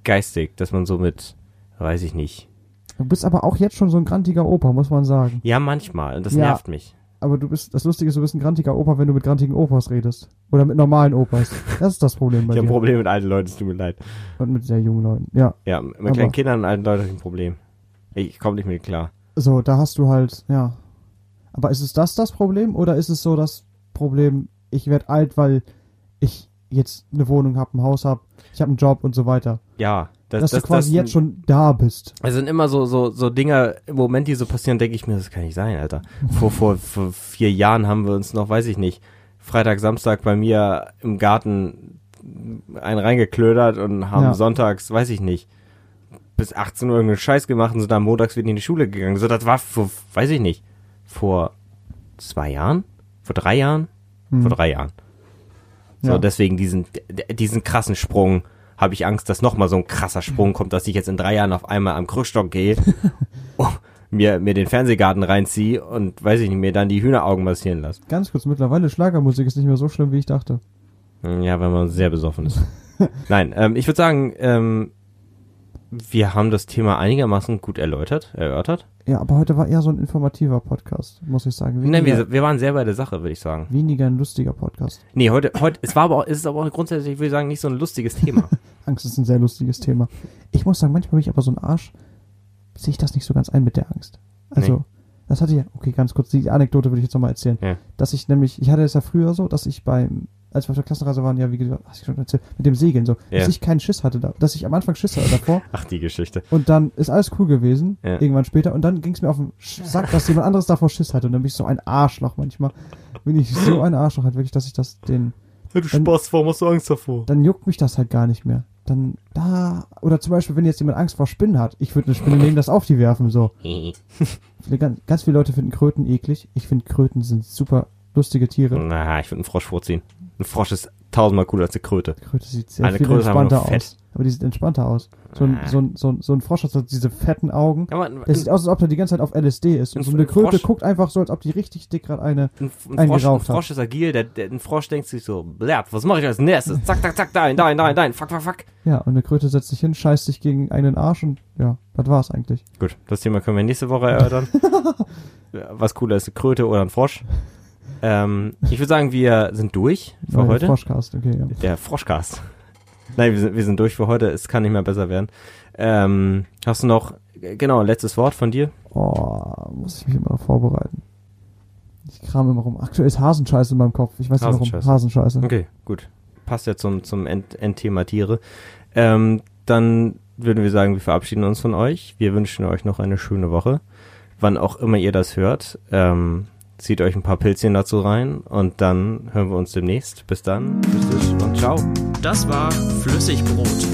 Speaker 1: geistig, dass man so mit, weiß ich nicht.
Speaker 2: Du bist aber auch jetzt schon so ein grantiger Opa, muss man sagen.
Speaker 1: Ja, manchmal. Und das
Speaker 2: Ja.
Speaker 1: nervt mich.
Speaker 2: Aber du bist, das Lustige ist, du bist ein grantiger Opa, wenn du mit grantigen Opas redest. Oder mit normalen Opas. Das ist das Problem bei
Speaker 1: Ich habe ein
Speaker 2: dir.
Speaker 1: Problem mit alten Leuten, es tut mir leid.
Speaker 2: Und mit sehr jungen Leuten. Ja.
Speaker 1: Ja, mit
Speaker 2: Aber-
Speaker 1: kleinen Kindern und alten Leuten habe ich ein Problem. Ich komme nicht mit klar.
Speaker 2: So, da hast du halt, ja. Aber ist es das das Problem oder ist es so das Problem, ich werde alt, weil ich jetzt eine Wohnung habe, ein Haus habe, ich habe einen Job und so weiter?
Speaker 1: Ja, das,
Speaker 2: Dass
Speaker 1: das,
Speaker 2: du quasi
Speaker 1: das,
Speaker 2: jetzt schon da bist.
Speaker 1: Es sind immer so, so, so Dinger im Moment, die so passieren, denke ich mir, das kann nicht sein, Alter. Vor, vor, vor vier Jahren haben wir uns noch, weiß ich nicht, Freitag, Samstag bei mir im Garten einen reingeklödert und haben
Speaker 2: Ja.
Speaker 1: sonntags, weiß ich nicht, bis 18 Uhr irgendeinen Scheiß gemacht und sind dann montags wieder in die Schule gegangen. So, das war vor, weiß ich nicht, vor zwei Jahren? Vor drei Jahren?
Speaker 2: Hm.
Speaker 1: Vor drei Jahren. So,
Speaker 2: ja.
Speaker 1: deswegen diesen, d- diesen krassen Sprung habe ich Angst, dass nochmal so ein krasser
Speaker 3: Mhm.
Speaker 1: Sprung kommt, dass ich jetzt in drei Jahren auf einmal am Krückstock gehe, oh, mir, mir den Fernsehgarten reinziehe und, weiß ich nicht, mir dann die Hühneraugen massieren lasse.
Speaker 2: Ganz kurz, mittlerweile Schlagermusik ist nicht mehr so schlimm, wie ich dachte.
Speaker 1: Hm, Ja, wenn man sehr besoffen ist. Nein, ähm, ich würde sagen, ähm, wir haben das Thema einigermaßen gut erläutert, erörtert.
Speaker 2: Ja, aber heute war eher so ein informativer Podcast, muss ich sagen.
Speaker 1: Nein,
Speaker 2: Weniger,
Speaker 1: wir, wir waren sehr bei der Sache, würde ich sagen.
Speaker 2: weniger ein lustiger Podcast.
Speaker 1: Nee, heute, heute, es war aber auch, es ist aber auch grundsätzlich, würde ich sagen, nicht so ein lustiges Thema.
Speaker 2: Angst ist ein sehr lustiges Thema. Ich muss sagen, manchmal bin ich aber so ein Arsch, sehe ich das nicht so ganz ein mit der Angst. Also,
Speaker 1: Nee.
Speaker 2: das hatte ja, okay, ganz kurz, die Anekdote würde ich jetzt nochmal erzählen.
Speaker 1: Ja.
Speaker 2: Dass ich nämlich, ich hatte es ja früher so, dass ich beim, als wir auf der Klassenreise waren, ja, wie gesagt, hast du schon erzählt, mit dem Segeln so,
Speaker 1: Ja.
Speaker 2: dass ich keinen Schiss hatte, da, dass ich am Anfang Schiss hatte davor
Speaker 1: Ach, die Geschichte.
Speaker 2: und dann ist alles cool gewesen,
Speaker 1: Ja.
Speaker 2: irgendwann später, und dann ging es mir auf den Sch- Sack, dass jemand anderes davor Schiss hatte und dann bin ich so ein Arschloch manchmal. Bin ich so ein Arschloch halt wirklich, dass ich das den
Speaker 3: Du Spaß, warum hast du Angst davor?
Speaker 2: dann juckt mich das halt gar nicht mehr. Dann da, oder zum Beispiel, wenn jetzt jemand Angst vor Spinnen hat, ich würde eine Spinne nehmen, das auf die werfen, so. Viele- Ganz, ganz viele Leute finden Kröten eklig. Ich finde Kröten sind super lustige Tiere.
Speaker 1: Na, ich würde einen Frosch vorziehen. Ein Frosch ist tausendmal cooler als eine Kröte.
Speaker 2: Kröte sieht sehr
Speaker 1: Eine
Speaker 2: viel
Speaker 1: Kröte ist aber
Speaker 2: entspannter
Speaker 1: nur fett. Ah.
Speaker 2: aus. Aber die sieht entspannter aus. So ein, so ein, so ein, so ein Frosch hat so diese fetten Augen.
Speaker 1: Ja, aber ein,
Speaker 2: Der sieht aus, als ob er die ganze Zeit auf LSD ist. Und so eine
Speaker 1: Ein
Speaker 2: Kröte
Speaker 1: Frosch-
Speaker 2: guckt einfach so, als ob die richtig dick gerade eine.
Speaker 1: ein, ein,
Speaker 2: einen
Speaker 1: Frosch, ein
Speaker 2: geraucht hat.
Speaker 1: Frosch ist agil, der, der, ein Frosch denkt sich so, blärt, was mache ich als nächstes? Zack, zack, zack, dahin, dahin, dahin, dahin, fuck, fuck, fuck.
Speaker 2: Ja, und eine Kröte setzt sich hin, scheißt sich gegen einen Arsch und ja, das war's eigentlich.
Speaker 1: Gut, das Thema können wir nächste Woche erörtern. Ja, was cooler ist, eine Kröte oder ein Frosch? Ähm, ich würde sagen, wir sind durch für
Speaker 2: Weil
Speaker 1: heute.
Speaker 2: Froschcast, okay, ja.
Speaker 1: Der Froschcast. Nein, wir sind, wir sind durch für heute, es kann nicht mehr besser werden. Ähm, hast du noch, genau, letztes Wort von dir?
Speaker 2: Oh, muss ich mich immer noch vorbereiten. Ich kram immer rum. Aktuell ist Hasenscheiße in meinem Kopf. Ich weiß nicht warum.
Speaker 1: Hasenscheiße.
Speaker 2: Hasenscheiße.
Speaker 1: Okay, gut. Passt ja zum, zum End, Endthema Tiere. Ähm, dann würden wir sagen, wir verabschieden uns von euch. Wir wünschen euch noch eine schöne Woche. Wann auch immer ihr das hört, ähm, zieht euch ein paar Pilzchen dazu rein und dann hören wir uns demnächst. Bis dann. Tschüss und ciao.
Speaker 4: Das war Flüssigbrot,